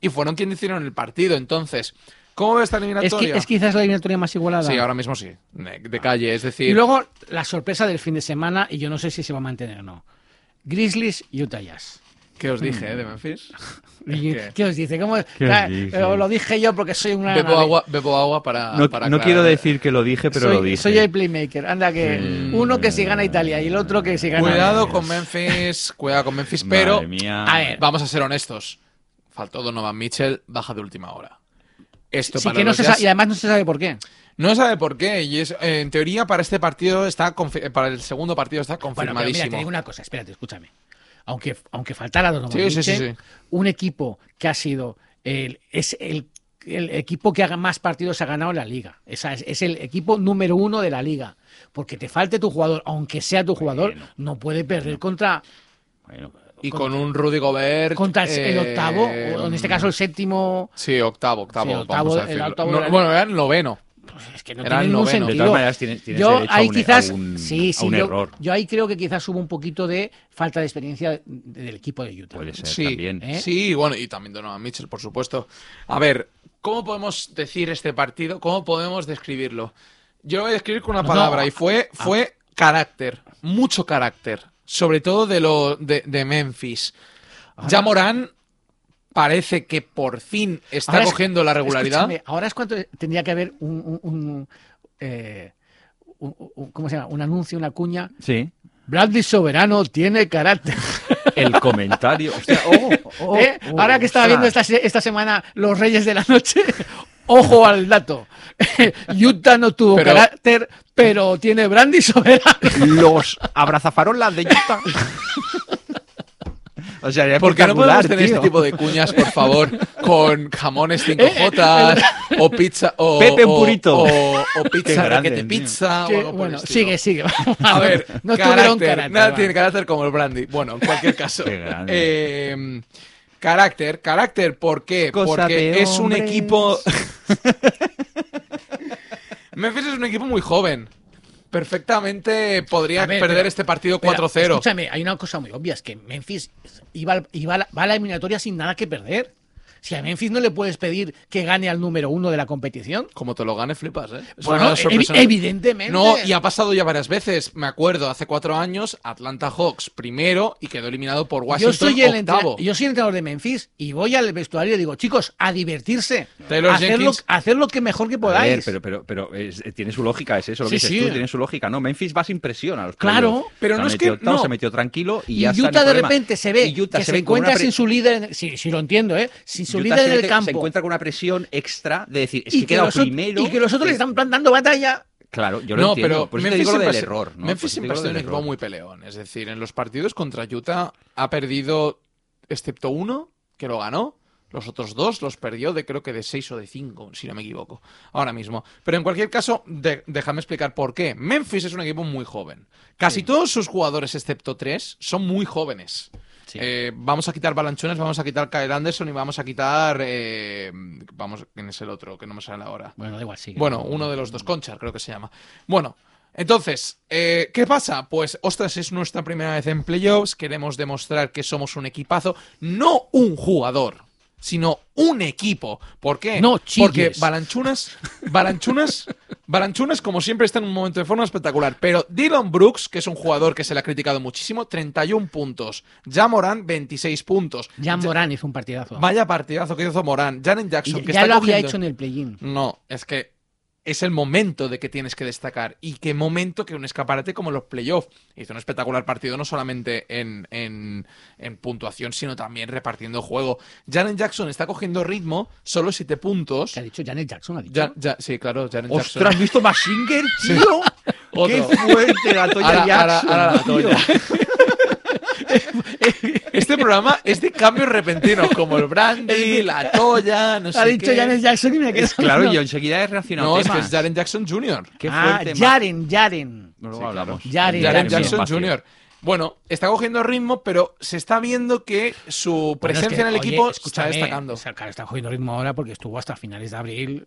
Speaker 2: Y fueron quienes hicieron el partido. Entonces, ¿cómo ve esta
Speaker 1: Es,
Speaker 2: eliminatoria?
Speaker 1: que, es quizás la eliminatoria más igualada.
Speaker 2: Sí, ahora mismo sí. De de calle, es
Speaker 1: Y
Speaker 2: decir.
Speaker 1: luego la sorpresa del fin de semana, y yo no sé si se va a mantener o no. Grizzlies, Utah Jazz.
Speaker 2: ¿Qué os
Speaker 1: Mm.
Speaker 2: dije eh, de Memphis?
Speaker 1: Y-
Speaker 2: que-
Speaker 1: ¿Qué os dice? ¿Cómo-
Speaker 3: ¿Qué
Speaker 1: Ah,
Speaker 3: os dice?
Speaker 1: eh, Lo dije yo porque soy una.
Speaker 2: Bebo agua, bebo agua para.
Speaker 3: No,
Speaker 2: para
Speaker 3: no
Speaker 2: aclarar.
Speaker 3: quiero decir que lo dije, pero
Speaker 1: soy,
Speaker 3: lo dije.
Speaker 1: soy el playmaker. Anda, que
Speaker 3: Sí.
Speaker 1: uno que si gana Italia y el otro que si gana.
Speaker 2: Cuidado con Memphis, cuidado con Memphis, pero
Speaker 3: Madre mía.
Speaker 1: A ver,
Speaker 2: vamos a ser honestos. Faltó Donovan Mitchell, baja de última hora. Esto
Speaker 1: Sí,
Speaker 2: para
Speaker 1: que no
Speaker 2: los
Speaker 1: se
Speaker 2: Jazz-
Speaker 1: sa- y además no se sabe por qué.
Speaker 2: No sabe por qué. Y es, eh, en teoría, para este partido está confi- eh, para el segundo partido está
Speaker 1: Bueno, pero mira, te
Speaker 2: confirmadísimo.
Speaker 1: digo una cosa, espérate, escúchame. Aunque, aunque faltara Donovan
Speaker 2: Sí, sí, sí,
Speaker 1: Mitchell,
Speaker 2: sí.
Speaker 1: un equipo que ha sido el, es el, el equipo que haga más partidos ha ganado en la liga. Esa es, es el equipo número uno de la liga. Porque te falte tu jugador, aunque sea tu jugador,
Speaker 3: Bueno.
Speaker 1: no puede perder contra,
Speaker 3: Bueno,
Speaker 2: y con un Rudy Gobert.
Speaker 1: contra el, el
Speaker 2: eh,
Speaker 1: octavo, o en este caso el séptimo.
Speaker 2: Sí, octavo, octavo.
Speaker 1: Sí, octavo,
Speaker 2: vamos a
Speaker 1: el
Speaker 2: decirlo.
Speaker 1: octavo
Speaker 2: No,
Speaker 1: de la-
Speaker 2: bueno, era el noveno.
Speaker 1: pues Es que no tiene
Speaker 2: Era el
Speaker 1: ningún
Speaker 2: noveno.
Speaker 3: de
Speaker 1: sentido.
Speaker 3: todas maneras, tienes, tienes
Speaker 1: yo
Speaker 3: derecho a
Speaker 1: ahí
Speaker 3: un-
Speaker 1: quizás
Speaker 3: a un,
Speaker 1: sí, sí,
Speaker 3: a un
Speaker 1: yo,
Speaker 3: error.
Speaker 1: yo ahí creo que quizás hubo un poquito de falta de experiencia de- del equipo de Utah.
Speaker 3: Puede ser
Speaker 2: Sí,
Speaker 3: también.
Speaker 1: ¿eh?
Speaker 2: sí, bueno, y también Donovan Mitchell, por supuesto. A ver, ¿cómo podemos decir este partido? ¿Cómo podemos describirlo? Yo lo voy a describir con una
Speaker 1: No,
Speaker 2: palabra
Speaker 1: no,
Speaker 2: y
Speaker 3: ah.
Speaker 2: fue, fue carácter, mucho carácter, sobre todo de lo de, de Memphis. Ya Morán parece que por fin está
Speaker 1: Ahora es-
Speaker 2: cogiendo la regularidad.
Speaker 1: Escúchame, ahora es cuando tendría que haber un, un- un, eh, un- un- ¿cómo se llama? Un anuncio, una cuña.
Speaker 3: Sí.
Speaker 1: Bradley Soberano tiene carácter.
Speaker 3: El comentario. Hostia, oh, oh,
Speaker 1: ¿Eh?
Speaker 3: oh,
Speaker 1: ahora que estaba
Speaker 3: ostras.
Speaker 1: viendo esta, se- esta semana Los Reyes de la Noche, ojo al dato. Utah no tuvo
Speaker 2: Pero-
Speaker 1: carácter, pero tiene Brandy Soberano.
Speaker 3: Los abrazafarolas de Utah. O sea, ya
Speaker 2: ¿Por qué no podemos
Speaker 3: espectacular,
Speaker 2: tener este
Speaker 3: tío. Eh,
Speaker 2: tipo de cuñas, por favor? Con jamones 5J o pizza o
Speaker 3: Pepe en
Speaker 2: o-
Speaker 3: purito.
Speaker 2: o, o
Speaker 3: Qué
Speaker 2: pizza
Speaker 3: grande,
Speaker 2: requete
Speaker 3: tío.
Speaker 2: pizza o
Speaker 1: Que-
Speaker 2: algo por
Speaker 1: bueno,
Speaker 2: el estilo.
Speaker 1: sigue, sigue.
Speaker 2: A ver,
Speaker 1: no tuvieron
Speaker 2: carácter,
Speaker 1: carácter.
Speaker 2: Nada
Speaker 1: va.
Speaker 2: tiene carácter como el brandy. Bueno, en cualquier caso.
Speaker 3: Qué grande.
Speaker 2: eh, carácter, carácter, ¿por qué?
Speaker 3: Cosa
Speaker 2: Porque
Speaker 3: de
Speaker 2: es un
Speaker 3: hombres.
Speaker 2: equipo. Memphis es un equipo muy joven. Perfectamente podría
Speaker 1: A ver,
Speaker 2: perder
Speaker 1: pero-
Speaker 2: este partido
Speaker 1: Espera,
Speaker 2: 4-0.
Speaker 1: Escúchame, hay una cosa muy obvia, es que Memphis iba, al- iba a la, va a la eliminatoria sin nada que perder. Si a Memphis no le puedes pedir que gane al número uno de la competición,
Speaker 2: Como te lo gane, flipas, ¿eh? Es
Speaker 1: bueno,
Speaker 2: una
Speaker 1: evi-
Speaker 2: sorpresa.
Speaker 1: evidentemente.
Speaker 2: No, y ha pasado ya varias veces. Me acuerdo, hace cuatro años, Atlanta Hawks primero y quedó eliminado por
Speaker 1: yo
Speaker 2: Washington
Speaker 1: soy, el
Speaker 2: octavo.
Speaker 1: entre- yo soy el entrenador de Memphis y voy al vestuario y digo, chicos, a divertirse.
Speaker 2: Taylor
Speaker 1: hacer, lo,
Speaker 2: Jenkins.
Speaker 1: hacer lo que mejor que podáis.
Speaker 3: A ver, pero, pero, pero es- eh, tiene su lógica, es eso lo
Speaker 1: Sí,
Speaker 3: que dices
Speaker 1: sí.
Speaker 3: tú, tiene su lógica, ¿no? Memphis va sin presión a los
Speaker 1: Claro.
Speaker 3: playoffs.
Speaker 2: Pero
Speaker 3: Se
Speaker 2: no
Speaker 3: ha
Speaker 2: es
Speaker 3: metido
Speaker 2: que-
Speaker 3: octavos,
Speaker 2: no.
Speaker 3: se ha metido tranquilo y,
Speaker 1: Y
Speaker 3: ya está, no
Speaker 1: Utah
Speaker 3: hay
Speaker 1: de
Speaker 3: problema.
Speaker 1: repente se ve
Speaker 3: Y Utah
Speaker 1: que se,
Speaker 3: ve con una
Speaker 1: encuentra
Speaker 3: pre-
Speaker 1: sin su líder, en- sí, sí lo entiendo, ¿eh? Sin su
Speaker 3: Utah
Speaker 1: líder
Speaker 3: se
Speaker 1: en el
Speaker 3: mete-
Speaker 1: campo.
Speaker 3: Se encuentra con una presión extra de decir, es
Speaker 1: y,
Speaker 3: que he quedado
Speaker 1: los, ot-
Speaker 3: primero.
Speaker 1: y que los otros le
Speaker 3: es-
Speaker 1: están plantando batalla.
Speaker 3: Claro, yo lo
Speaker 2: No,
Speaker 3: entiendo.
Speaker 2: pero
Speaker 3: Por eso te
Speaker 2: Memphis
Speaker 3: digo lo
Speaker 2: siempre
Speaker 3: del
Speaker 2: ha sido-
Speaker 3: error. ¿no? Por
Speaker 2: Memphis
Speaker 3: eso te
Speaker 2: siempre
Speaker 3: digo
Speaker 2: ha
Speaker 3: lo
Speaker 2: sido un
Speaker 3: del
Speaker 2: equipo
Speaker 3: error.
Speaker 2: muy peleón. Es decir, en los partidos contra Utah ha perdido, excepto uno, que lo ganó. Los otros dos los perdió de creo que de 6 o de 5, si no me equivoco, ahora mismo. Pero en cualquier caso, de- déjame explicar por qué. Memphis es un equipo muy joven. Casi todos sus jugadores, excepto tres, son muy jóvenes.
Speaker 3: Sí.
Speaker 2: Eh, vamos a quitar Balanchunas, vamos a quitar Kyle Anderson y vamos a quitar... eh, vamos, ¿quién es el otro? Que no me sale ahora.
Speaker 1: Bueno, da igual, sigue.
Speaker 2: Bueno, uno de los dos, Conchar, creo que se llama. Bueno, entonces, eh, ¿qué pasa? Pues, ostras, es nuestra primera vez en playoffs, queremos demostrar que somos un equipazo, no un jugador, sino un equipo. ¿Por qué?
Speaker 1: No chilles.
Speaker 2: Porque Balanchunas, Balanchunas, Balanchunas, como siempre, está en un momento de forma espectacular. Pero Dylan Brooks, que es un jugador que se le ha criticado muchísimo, 31 puntos. Jamoran, 26 puntos.
Speaker 1: Jan Morán hizo un partidazo.
Speaker 2: Vaya partidazo que hizo Morán. Janet
Speaker 1: Y
Speaker 2: Jackson, que
Speaker 1: ya
Speaker 2: está
Speaker 1: lo había
Speaker 2: cogiendo-
Speaker 1: hecho en el play-in.
Speaker 2: no, es que es el momento de que tienes que destacar. Y qué momento que un escaparate como los playoffs. Hizo un espectacular partido, no solamente en, en- en puntuación, sino también repartiendo juego. Jaren Jackson está cogiendo ritmo, solo 7 puntos.
Speaker 1: ¿Qué ha dicho Janet Jackson? Ha dicho.
Speaker 2: Ja- ja- sí, claro, Jaren Jackson.
Speaker 3: ¡Ostras, ¿has visto Massinger, tío? ¡Qué
Speaker 2: Otro.
Speaker 3: fuerte la Toya
Speaker 2: Ahora-
Speaker 3: Jackson,
Speaker 2: ahora- ahora la
Speaker 3: tío!
Speaker 2: Este programa es de cambios repentinos, como el Brandy, la Toya, no sé
Speaker 1: ha dicho
Speaker 2: qué.
Speaker 1: Janet Jackson y mira que
Speaker 3: Es claro, yo enseguida he reaccionado
Speaker 2: No,
Speaker 3: a
Speaker 2: es que
Speaker 3: temas.
Speaker 2: es Jaren Jackson Jr.
Speaker 3: ¡Qué
Speaker 1: ah,
Speaker 3: fuerte! ma-
Speaker 1: Jaren, Jaren.
Speaker 3: Luego
Speaker 2: Sí, claro.
Speaker 3: hablamos.
Speaker 1: Jaren
Speaker 2: Jaren
Speaker 1: Jackson.
Speaker 2: Jackson Jr. Bueno, está cogiendo ritmo, pero se está viendo que su
Speaker 1: Bueno, es
Speaker 2: presencia
Speaker 1: que,
Speaker 2: en el
Speaker 1: oye,
Speaker 2: equipo está
Speaker 1: escúchame,
Speaker 2: destacando.
Speaker 1: o sea, claro, está cogiendo ritmo ahora porque estuvo hasta finales de abril.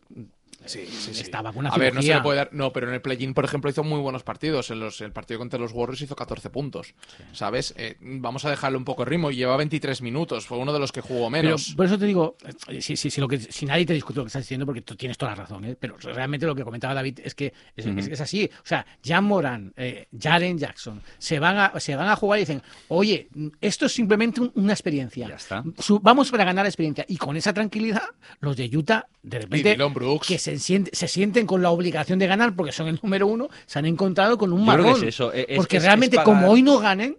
Speaker 2: Sí, sí, sí.
Speaker 1: Estaba con una
Speaker 2: a ver, no se
Speaker 1: cirugía.
Speaker 2: le puede dar. No, pero en el play-in, por ejemplo, hizo muy buenos partidos. En los, el partido contra los Warriors hizo 14 puntos. ¿Sabes? Eh, vamos a dejarle un poco de ritmo. Lleva 23 minutos. Fue uno de los que jugó
Speaker 1: Pero
Speaker 2: menos.
Speaker 1: por eso te digo, eh, si, si- si lo que, si nadie te discute lo que estás diciendo, porque tú tienes toda la razón, ¿eh? pero realmente lo que comentaba David es que es, es- es así. O sea, Jan Moran, eh, Jaren Jackson, se van, a, se van a jugar y dicen, oye, mm, esto es simplemente un- una experiencia.
Speaker 3: Ya está.
Speaker 1: Su- vamos para ganar experiencia. Y con esa tranquilidad, los de Utah, de
Speaker 2: y
Speaker 1: repente,
Speaker 2: Dylan Brooks.
Speaker 1: que se, siente- se sienten con la obligación de ganar porque son el número uno, se han encontrado con un
Speaker 3: Yo creo que
Speaker 1: marrón.
Speaker 3: es eso, e-, es-
Speaker 1: porque
Speaker 3: es- es
Speaker 1: realmente,
Speaker 3: pagar-
Speaker 1: como hoy no ganen,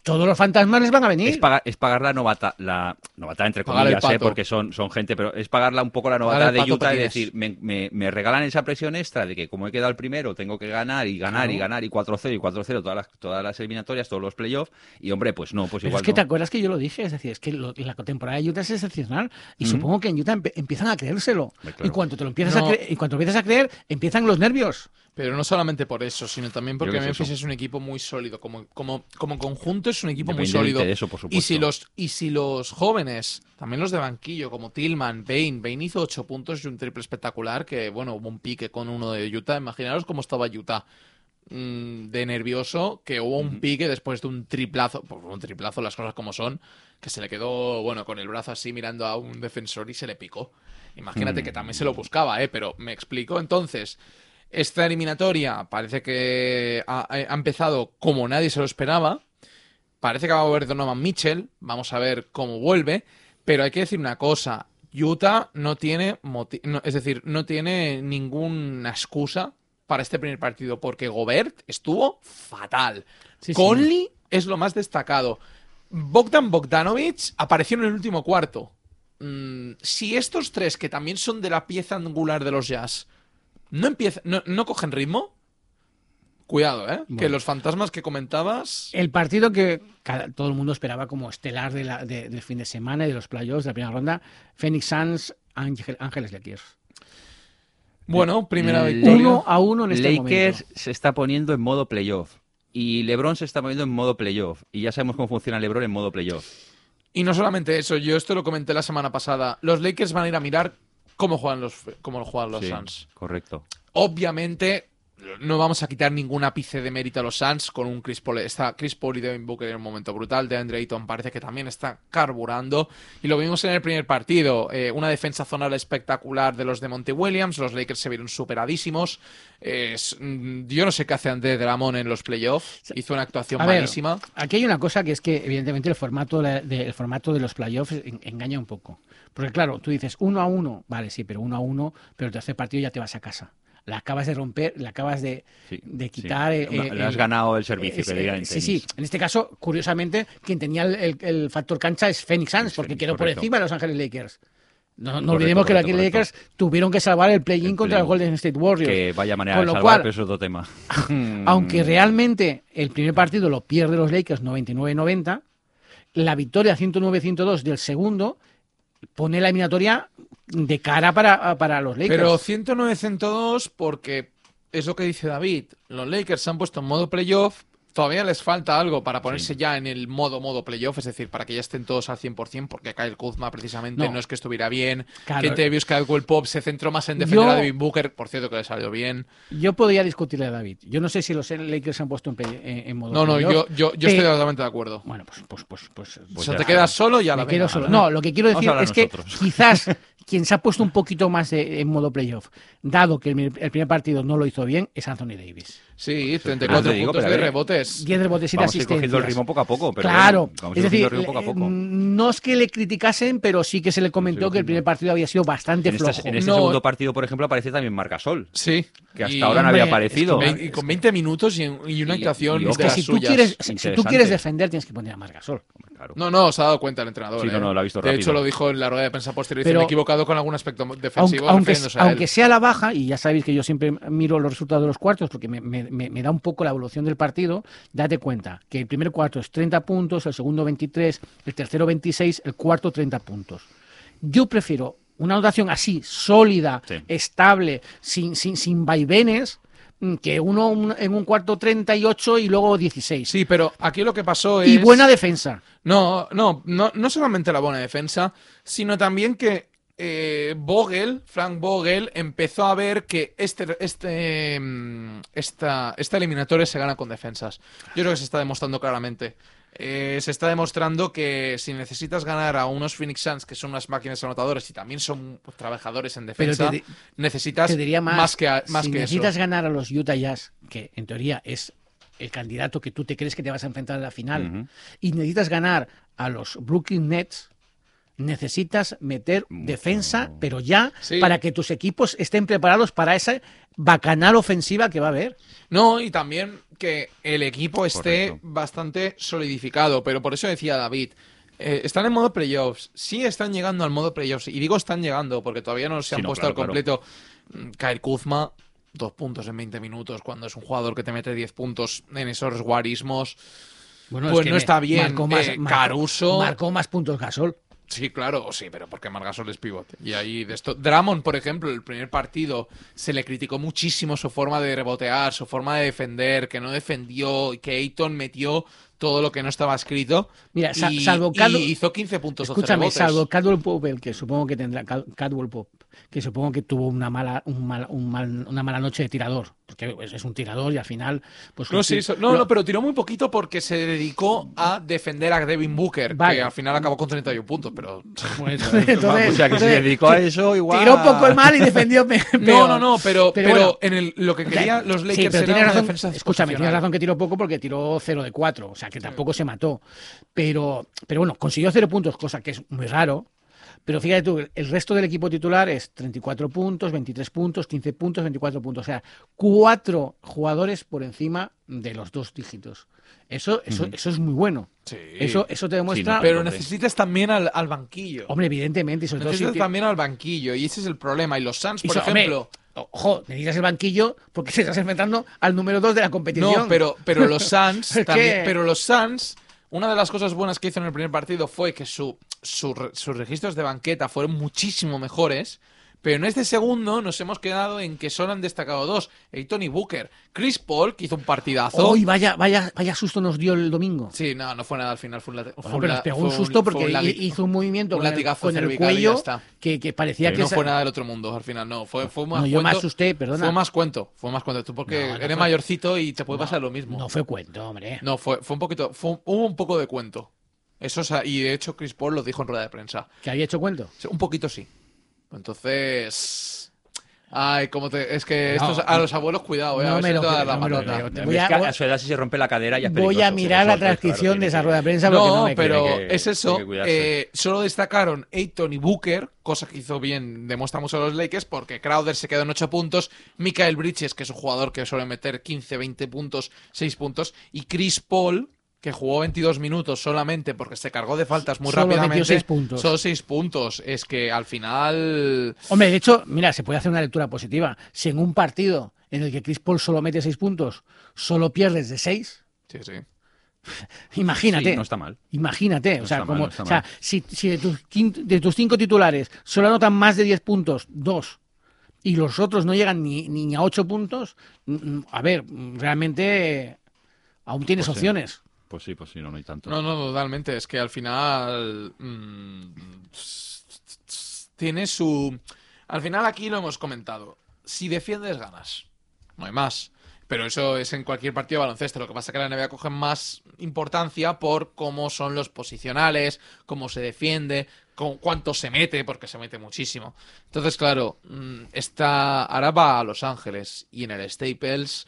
Speaker 1: todos los fantasmas les van a venir.
Speaker 3: Es pagar, es pagar la novata, la novata entre
Speaker 2: Pagar el
Speaker 3: comillas, ¿eh?
Speaker 2: pato.
Speaker 3: porque son, son gente, pero es pagarla un poco la
Speaker 2: Pagar
Speaker 3: novata
Speaker 2: el
Speaker 3: de
Speaker 2: pato
Speaker 3: Utah y
Speaker 2: patines.
Speaker 3: decir, me, me- me regalan esa presión extra de que como he quedado el primero, tengo que ganar y ganar y ganar y 4-0 y 4-0 todas las, todas las eliminatorias, todos los playoffs, y hombre, pues no, pues
Speaker 1: Pero
Speaker 3: igual
Speaker 1: es que
Speaker 3: no.
Speaker 1: te acuerdas que yo lo dije, es decir, es que lo- la temporada de Utah es excepcional y
Speaker 3: Ujú.
Speaker 1: supongo que en Utah empe- empiezan a creérselo.
Speaker 3: Hombre, claro.
Speaker 1: Y cuanto te lo empiezas
Speaker 2: No.
Speaker 1: a creer, y cuanto empiezas a creer, empiezan los nervios.
Speaker 2: Pero no solamente por eso, sino también
Speaker 3: Yo creo
Speaker 2: porque
Speaker 3: que es
Speaker 2: Memphis
Speaker 3: eso.
Speaker 2: es un equipo muy sólido. Como, como, como conjunto es un equipo muy
Speaker 3: Independiente
Speaker 2: sólido.
Speaker 3: de eso, por
Speaker 2: y, si
Speaker 3: supuesto.
Speaker 2: los, y si los jóvenes, también los de banquillo, como Tillman, Bain, Bain hizo 8 puntos y un triple espectacular, que bueno, hubo un pique con uno de Utah. Imaginaros cómo estaba Utah. mm, De nervioso, que hubo un pique después de un triplazo, por un triplazo, las cosas como son, que se le quedó, bueno, con el brazo así mirando a un defensor y se le picó. Imagínate
Speaker 3: Mm.
Speaker 2: que también se lo buscaba, ¿eh? Pero me explico. Entonces, esta eliminatoria parece que ha, ha empezado como nadie se lo esperaba. Parece que va a volver Donovan Mitchell. Vamos a ver cómo vuelve. Pero hay que decir una cosa. Utah no tiene moti- no- es decir, no tiene ninguna excusa para este primer partido porque Gobert estuvo fatal.
Speaker 1: Sí, sí.
Speaker 2: Conley es lo más destacado. Bogdan Bogdanovic apareció en el último cuarto. Mm, si estos tres, que también son de la pieza angular de los Jazz, no, empiezan, no, no cogen ritmo, Cuidado, ¿eh? Que
Speaker 1: Bueno.
Speaker 2: los fantasmas que comentabas.
Speaker 1: El partido que cada- todo el mundo esperaba como estelar de la- de- del fin de semana y de los playoffs de la primera ronda, Phoenix Suns, Ángel- Ángeles Lakers.
Speaker 2: Bueno, primera
Speaker 3: El-
Speaker 2: victoria.
Speaker 1: Uno a uno en este
Speaker 3: Lakers
Speaker 1: momento.
Speaker 3: se está poniendo en modo playoff. Y LeBron se está poniendo en modo playoff. Y ya sabemos cómo funciona LeBron en modo playoff.
Speaker 2: Y no solamente eso, yo esto lo comenté la semana pasada. Los Lakers van a ir a mirar cómo juegan los, cómo juegan los
Speaker 3: Sí,
Speaker 2: Suns.
Speaker 3: Correcto.
Speaker 2: Obviamente, no vamos a quitar ningún ápice de mérito a los Suns con un Chris Paul. Está Chris Paul y Devin Booker en un momento brutal. De Andre Ayton parece que también está carburando. Y lo vimos en el primer partido. Eh, una defensa zonal espectacular de los de Monte Williams. Los Lakers se vieron superadísimos. Eh, es- mm, yo no sé qué hace André Dramón en los playoffs. Hizo una actuación
Speaker 1: A ver,
Speaker 2: malísima.
Speaker 1: Aquí hay una cosa que es que, evidentemente, el formato de, de- el formato de los playoffs en- engaña un poco. Porque, claro, tú dices uno a uno, vale, sí, pero uno a uno, pero el tercer partido ya te vas a casa. La acabas de romper, la acabas de,
Speaker 3: Sí,
Speaker 1: de
Speaker 3: sí.
Speaker 1: quitar. eh,
Speaker 3: Una-
Speaker 1: eh,
Speaker 3: le has
Speaker 1: el-
Speaker 3: ganado el servicio,
Speaker 1: Eh,
Speaker 3: que
Speaker 1: sí,
Speaker 3: digan en
Speaker 1: Sí,
Speaker 3: tenis.
Speaker 1: sí. En este caso, curiosamente, quien tenía el, el- el factor cancha es Phoenix Suns,
Speaker 3: Es
Speaker 1: porque
Speaker 3: Phoenix,
Speaker 1: quedó
Speaker 3: correcto.
Speaker 1: por encima de Los Ángeles Lakers. No, no
Speaker 3: Correcto,
Speaker 1: olvidemos que los
Speaker 3: correcto,
Speaker 1: Ángeles Lakers tuvieron que salvar el play-in
Speaker 3: El
Speaker 1: contra los
Speaker 3: play-in.
Speaker 1: Golden State Warriors.
Speaker 3: Que vaya manera
Speaker 1: Con
Speaker 3: de
Speaker 1: lo
Speaker 3: salvar,
Speaker 1: cual,
Speaker 3: pero eso es otro tema. Mm,
Speaker 2: Mm.
Speaker 1: Aunque
Speaker 3: realmente
Speaker 1: realmente el primer partido lo pierde los Lakers 99-90, la victoria 109-102 del segundo pone la eliminatoria de cara para, para los Lakers.
Speaker 2: Pero 109-102 porque es lo que dice David. Los Lakers se han puesto en modo playoff. Todavía les falta algo para ponerse ya en el modo modo playoff, es decir, para que ya estén todos al 100%, porque Kyle Kuzma precisamente no,
Speaker 1: No.
Speaker 2: es que estuviera bien.
Speaker 1: Claro.
Speaker 2: Kent Davis, Caldwell Pop se centró más en defender
Speaker 1: Yo-
Speaker 2: a Devin Booker, por cierto que le salió bien.
Speaker 1: Yo podría discutirle a David. Yo no sé si los Lakers se han puesto en, play- en- en modo
Speaker 2: No, no,
Speaker 1: playoff.
Speaker 2: yo, yo, yo estoy
Speaker 1: Pero-
Speaker 2: totalmente de acuerdo.
Speaker 1: Bueno, pues, pues, pues, pues,
Speaker 3: Pues
Speaker 2: o sea,
Speaker 3: ya
Speaker 2: te
Speaker 3: está.
Speaker 2: quedas solo y a la
Speaker 1: Me quedo
Speaker 2: venga.
Speaker 1: solo.
Speaker 3: nada.
Speaker 1: No, lo que quiero
Speaker 3: Vamos
Speaker 1: decir
Speaker 3: a hablar
Speaker 1: es que
Speaker 3: nosotros.
Speaker 1: quizás quien se ha puesto un poquito más de- en modo playoff, dado que el, el primer partido no lo hizo bien, es Anthony Davis.
Speaker 2: Sí,
Speaker 3: Pero
Speaker 2: 34
Speaker 3: Pues te digo,
Speaker 2: puntos
Speaker 3: pero a
Speaker 2: de
Speaker 3: ver.
Speaker 2: rebotes.
Speaker 1: 10 rebotes y
Speaker 3: Vamos a ir
Speaker 1: asistencias.
Speaker 3: cogiendo el ritmo poco a poco. Pero
Speaker 1: claro,
Speaker 3: bueno, vamos a
Speaker 1: es
Speaker 3: ir
Speaker 1: decir,
Speaker 3: cogiendo el ritmo poco a
Speaker 1: eh,
Speaker 3: poco.
Speaker 1: no es que le criticasen, pero sí que se le comentó que el primer partido había sido bastante
Speaker 3: En, esta-
Speaker 1: flojo.
Speaker 3: en este
Speaker 2: No.
Speaker 3: segundo partido, por ejemplo, aparece también Marcasol,
Speaker 2: Sí.
Speaker 3: que hasta
Speaker 2: Y-
Speaker 3: ahora no había
Speaker 1: hombre,
Speaker 3: aparecido.
Speaker 1: es
Speaker 2: Vein- y con 20 minutos y, en- y una
Speaker 3: Y-
Speaker 2: actuación
Speaker 3: y
Speaker 2: de
Speaker 3: ojo.
Speaker 1: Es que
Speaker 2: las
Speaker 1: si tú,
Speaker 2: suyas.
Speaker 1: quieres, si- si tú
Speaker 3: Interesante.
Speaker 1: quieres defender, tienes que poner a Margasol.
Speaker 3: Claro.
Speaker 2: No, no, se ha dado cuenta el entrenador.
Speaker 3: Sí, no,
Speaker 2: ¿eh?
Speaker 3: no, lo ha visto
Speaker 2: De
Speaker 3: rápido.
Speaker 2: hecho, lo dijo en la rueda de prensa posterior. Dice,
Speaker 1: Pero-
Speaker 2: me he equivocado con algún aspecto
Speaker 1: Aunque,
Speaker 2: defensivo
Speaker 1: aunque,
Speaker 2: refiriéndose a él.
Speaker 1: aunque sea la baja, y ya sabéis que yo siempre miro los resultados de los cuartos porque me, me- me- me da un poco la evolución del partido, date cuenta que el primer cuarto es 30 puntos, el segundo 23, el tercero 26, el cuarto 30 puntos. Yo prefiero una anotación así, sólida,
Speaker 3: Sí.
Speaker 1: estable, sin, sin, sin vaivenes, mm, que uno un- en un cuarto 38 y luego 16.
Speaker 2: Sí, pues, pero aquí lo que pasó es...
Speaker 1: y buena defensa.
Speaker 2: No, no, no, no solamente la buena defensa, sino también que eh, Vogel, Frank Vogel, empezó a ver que este, este, mm, esta, esta eliminatoria se gana con defensas. Yo creo que se está demostrando claramente. Eh, se está demostrando que si necesitas ganar a unos Phoenix Suns, que son unas máquinas anotadoras y también son trabajadores en
Speaker 1: Pero
Speaker 2: defensa,
Speaker 1: te di-
Speaker 2: necesitas
Speaker 1: Te diría más,
Speaker 2: que, a- más
Speaker 1: si
Speaker 2: que
Speaker 1: necesitas
Speaker 2: eso.
Speaker 1: ganar a los Utah Jazz, que en teoría es el candidato que tú te crees que te vas a enfrentar en la final,
Speaker 3: Ujú.
Speaker 1: y necesitas ganar a los Brooklyn Nets, necesitas meter defensa, pero ya
Speaker 2: Sí.
Speaker 1: para que tus equipos estén preparados para esa bacanal ofensiva que va a haber.
Speaker 2: No, y también que el equipo esté
Speaker 3: Correcto.
Speaker 2: bastante solidificado, pero por eso decía David, eh, están en modo playoffs, sí están llegando al modo playoffs, y digo están llegando porque todavía no se
Speaker 3: Sí,
Speaker 2: han
Speaker 3: no,
Speaker 2: puesto
Speaker 3: claro,
Speaker 2: al completo. Mm, Kyle Kuzma, dos puntos en 20 minutos, cuando es un jugador que te mete 10 puntos en esos guarismos.
Speaker 1: Bueno,
Speaker 2: Pues no está bien, eh,
Speaker 1: marcó-
Speaker 2: Caruso.
Speaker 1: Marcó más puntos Gasol.
Speaker 2: Sí, claro, sí, pero porque Margasol es pivote. Y ahí de esto. Dramon, por ejemplo, el primer partido se le criticó muchísimo su forma de rebotear, su forma de defender, que no defendió y que Ayton metió todo lo que no estaba escrito.
Speaker 1: Mira, sa-
Speaker 2: y,
Speaker 1: salvo
Speaker 2: y
Speaker 1: Cadu-
Speaker 2: hizo 15 puntos. 12
Speaker 1: Escúchame,
Speaker 2: rebotes.
Speaker 1: salvo Cadwell Pope, el que supongo que tendrá Cad- Cadwell Pope, que supongo que tuvo una mala, un mal- un mal- una mala noche de tirador, porque es es un tirador y al final, pues
Speaker 2: No,
Speaker 1: lo-
Speaker 2: sí, eso- no, no, pero tiró muy poquito porque se dedicó a defender a Devin Booker,
Speaker 1: Vale.
Speaker 2: que al final acabó con 31 puntos, pero...
Speaker 1: pues, entonces-
Speaker 3: o sea, que se
Speaker 1: entonces,
Speaker 3: dedicó a eso igual.
Speaker 1: tiró poco y mal y defendió pe-
Speaker 2: No,
Speaker 1: peor.
Speaker 2: no, no, pero,
Speaker 1: Pero
Speaker 2: pero,
Speaker 1: bueno.
Speaker 2: en el- lo que
Speaker 1: O sea,
Speaker 2: querían los
Speaker 1: sí,
Speaker 2: Lakers
Speaker 1: pero
Speaker 2: era
Speaker 1: tienes
Speaker 2: una
Speaker 1: razón-
Speaker 2: defensa
Speaker 1: Escúchame, tienes
Speaker 2: posicional.
Speaker 1: razón que tiró poco porque tiró 0 de 4, o sea que tampoco se mató. Pero, pero bueno, consiguió 0 puntos, cosa que es muy raro. Pero fíjate tú, el resto del equipo titular es 34 puntos, 23 puntos, 15 puntos, 24 puntos. O sea, cuatro jugadores por encima de los dos dígitos. Eso, eso,
Speaker 3: Ujú.
Speaker 1: eso es muy bueno.
Speaker 2: Sí.
Speaker 1: Eso, eso te demuestra.
Speaker 3: no,
Speaker 2: Pero
Speaker 3: Hombre.
Speaker 2: necesitas también al, al banquillo.
Speaker 1: Hombre, evidentemente, y sobre todo si
Speaker 2: Necesitas
Speaker 1: ti-
Speaker 2: también al banquillo y ese es el problema. Y los Suns,
Speaker 1: y
Speaker 2: por
Speaker 1: so- hombre,
Speaker 2: ejemplo,
Speaker 1: Ojo, necesitas el banquillo porque te estás enfrentando al número 2 de la competición.
Speaker 2: No, pero, pero los Suns
Speaker 1: ¿Por
Speaker 2: también-
Speaker 1: qué?
Speaker 2: pero los Suns, una de las cosas buenas que hizo en el primer partido fue que su, su re- sus registros de banqueta fueron muchísimo mejores. Pero en este segundo nos hemos quedado en que solo han destacado dos: el Tony Booker, Chris Paul, que hizo un partidazo.
Speaker 1: Uy, vaya, vaya, vaya susto nos dio el domingo.
Speaker 2: Sí, no, no fue nada al final. Fue un, lati- fue
Speaker 1: Bueno, pero
Speaker 2: la-
Speaker 1: nos pegó
Speaker 2: fue
Speaker 1: un susto
Speaker 2: fue
Speaker 1: porque
Speaker 2: un lati-
Speaker 1: hizo un movimiento
Speaker 2: un
Speaker 1: con el,
Speaker 2: latigazo
Speaker 1: con el
Speaker 2: cervical y ya
Speaker 1: cuello
Speaker 2: está.
Speaker 1: que, que parecía
Speaker 2: Pero
Speaker 1: que...
Speaker 2: no
Speaker 1: esa-
Speaker 2: fue nada del otro mundo al final, no. Fue, fue más
Speaker 1: No, yo me
Speaker 2: cuento-
Speaker 1: asusté, perdona.
Speaker 2: Fue más cuento, fue más cuento. Tú porque
Speaker 1: No, no
Speaker 2: eres
Speaker 1: fue-
Speaker 2: mayorcito y te puede pasar lo mismo.
Speaker 1: No fue cuento, hombre.
Speaker 2: No, fue, fue un poquito. fue un- hubo un poco de cuento. Eso, sa- y de hecho, Chris Paul lo dijo en rueda de prensa.
Speaker 1: Que había hecho cuento.
Speaker 2: Sí, Un poquito sí. Entonces. Ay, como te. Es que
Speaker 1: No,
Speaker 2: estos, a los abuelos, cuidado, eh. a
Speaker 1: no
Speaker 2: ver
Speaker 1: me
Speaker 2: si
Speaker 1: lo
Speaker 2: te va a dar
Speaker 1: creo,
Speaker 2: la
Speaker 1: no me lo
Speaker 2: patata.
Speaker 1: creo. Te
Speaker 3: Es
Speaker 1: voy a-
Speaker 3: que a su edad, si se rompe la cadera, ya es
Speaker 1: Voy a
Speaker 3: peligroso.
Speaker 1: mirar la
Speaker 3: Vosotros, claro,
Speaker 1: transcripción de
Speaker 3: tiene
Speaker 1: esa
Speaker 3: que-
Speaker 1: rueda de prensa porque no,
Speaker 2: No,
Speaker 1: me creo.
Speaker 2: pero
Speaker 3: Tiene que-
Speaker 2: es eso.
Speaker 3: tiene que cuidarse.
Speaker 2: eh, solo destacaron Ayton y Booker, cosa que hizo bien, demuestra mucho a los Lakers, porque Crowder se quedó en 8 puntos, Michael Bridges, que es un jugador que suele meter 15, 20 puntos, 6 puntos, y Chris Paul, que jugó 22 minutos solamente porque se cargó de faltas muy
Speaker 1: Solo metió
Speaker 2: rápidamente.
Speaker 1: seis puntos.
Speaker 2: Solo 6 puntos. Es que al final.
Speaker 1: Hombre, de hecho, mira, se puede hacer una lectura positiva. Si en un partido en el que Chris Paul solo mete seis puntos, solo pierdes de seis,
Speaker 2: Sí, sí.
Speaker 1: imagínate.
Speaker 3: Sí, no está mal.
Speaker 1: Imagínate,
Speaker 3: No
Speaker 1: o sea,
Speaker 3: está mal,
Speaker 1: como,
Speaker 3: no está
Speaker 1: o sea,
Speaker 3: mal.
Speaker 1: si, si de, tus quin- de tus cinco titulares solo anotan más de 10 puntos, dos, y los otros no llegan ni, ni a 8 puntos, mm, mm, a ver, mm, realmente eh, aún tienes
Speaker 3: Pues sí.
Speaker 1: opciones.
Speaker 3: Pues sí, pues sí, no, no hay tanto.
Speaker 2: No, no, totalmente. Es que al final. mm, tiene su. Al final aquí lo hemos comentado. Si defiendes, ganas. No hay más. Pero eso es en cualquier partido de baloncesto. Lo que pasa es que la NBA coge más importancia por cómo son los posicionales, cómo se defiende, con cuánto se mete, porque se mete muchísimo. Entonces, claro, mm, está ahora va a Los Ángeles y en el Staples.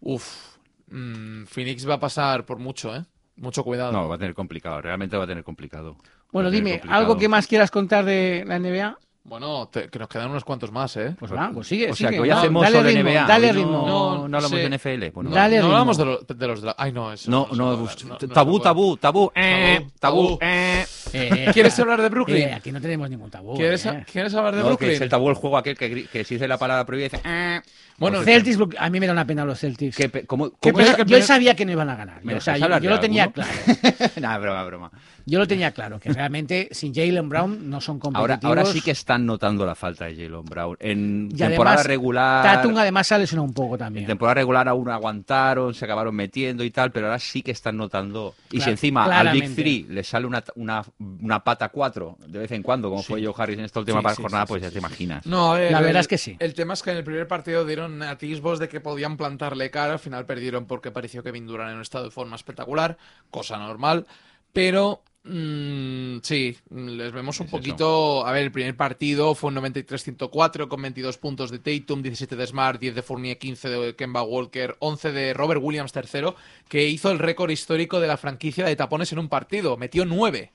Speaker 2: Uf, mm, Phoenix va a pasar por mucho, ¿eh? Mucho cuidado.
Speaker 3: No, va a tener complicado, realmente va a tener complicado.
Speaker 1: Bueno,
Speaker 3: Va a tener
Speaker 1: dime,
Speaker 3: pues complicado.
Speaker 1: ¿algo que más quieras contar de la NBA?
Speaker 2: Bueno, te- que nos quedan unos cuantos más, ¿eh?
Speaker 1: Pues va, pues sigue,
Speaker 3: O sea,
Speaker 1: sigue,
Speaker 3: que hoy
Speaker 1: va,
Speaker 3: hacemos
Speaker 1: dale
Speaker 3: solo
Speaker 1: ritmo,
Speaker 3: NBA.
Speaker 1: dale
Speaker 3: hoy
Speaker 1: ritmo.
Speaker 3: No, no,
Speaker 2: No
Speaker 3: hablamos
Speaker 2: sé.
Speaker 3: de NFL. Bueno,
Speaker 1: Dale.
Speaker 3: vale.
Speaker 2: no
Speaker 1: ritmo.
Speaker 2: hablamos de, lo- de los draft. Ay, no, eso.
Speaker 3: No,
Speaker 2: se
Speaker 3: no,
Speaker 2: puede
Speaker 3: tabú,
Speaker 2: hablar, no- no
Speaker 3: tabú,
Speaker 2: se puede.
Speaker 3: tabú, tabú, eh,
Speaker 2: Tabú.
Speaker 3: tabú, eh.
Speaker 1: Eh, eh,
Speaker 2: ¿Quieres hablar de Brooklyn?
Speaker 1: eh, aquí no tenemos ningún tabú.
Speaker 2: ¿Quieres,
Speaker 1: eh.
Speaker 2: quieres hablar de
Speaker 3: No, que
Speaker 2: Brooklyn?
Speaker 3: es el tabú el juego aquel que, gri- que si dice la palabra prohibida dice, eh.
Speaker 2: Bueno,
Speaker 1: Celtics, Brook- a mí me da una pena los Celtics.
Speaker 3: ¿Qué pe- cómo-
Speaker 2: ¿Qué
Speaker 3: cómo
Speaker 1: yo
Speaker 2: pena
Speaker 3: es-
Speaker 2: que el
Speaker 1: yo
Speaker 2: primer-
Speaker 1: sabía que no iban a ganar.
Speaker 3: ¿Me
Speaker 1: o sea,
Speaker 3: dejas
Speaker 1: yo,
Speaker 3: hablar
Speaker 1: yo
Speaker 3: de
Speaker 1: lo tenía
Speaker 3: alguno?
Speaker 1: claro.
Speaker 3: Nah, broma, broma.
Speaker 1: Yo lo tenía claro, que realmente sin Jalen Brown no son
Speaker 3: Ahora,
Speaker 1: competitivos.
Speaker 3: ahora sí que están notando la falta de Jalen Brown. En
Speaker 1: Y
Speaker 3: temporada
Speaker 1: además,
Speaker 3: regular.
Speaker 1: Tatum además sale lesionado un poco
Speaker 3: En
Speaker 1: también.
Speaker 3: temporada regular aún aguantaron, se acabaron metiendo y tal, pero ahora sí que están notando. Y
Speaker 1: Clar-
Speaker 3: si encima al
Speaker 1: claramente.
Speaker 3: Big Three le sale una, una, una pata 4 de vez en cuando, como fue Joe Harris en esta última
Speaker 1: Sí, sí,
Speaker 3: jornada,
Speaker 1: sí,
Speaker 3: pues
Speaker 1: sí,
Speaker 3: ya te imaginas.
Speaker 2: No, a ver,
Speaker 1: La
Speaker 2: el-
Speaker 1: verdad es que sí.
Speaker 2: El tema es que en el primer partido dieron atisbos de que podían plantarle cara, al final perdieron porque pareció que Durant en un estado de forma espectacular, cosa normal, pero mm, sí, mm, les vemos un
Speaker 3: Es eso.
Speaker 2: poquito, a ver, el primer partido fue un 93-104 con 22 puntos de Tatum, 17 de Smart, 10 de Fournier, 15 de Kemba Walker, 11 de Robert Williams III, que hizo el récord histórico de la franquicia de tapones en un partido, metió 9,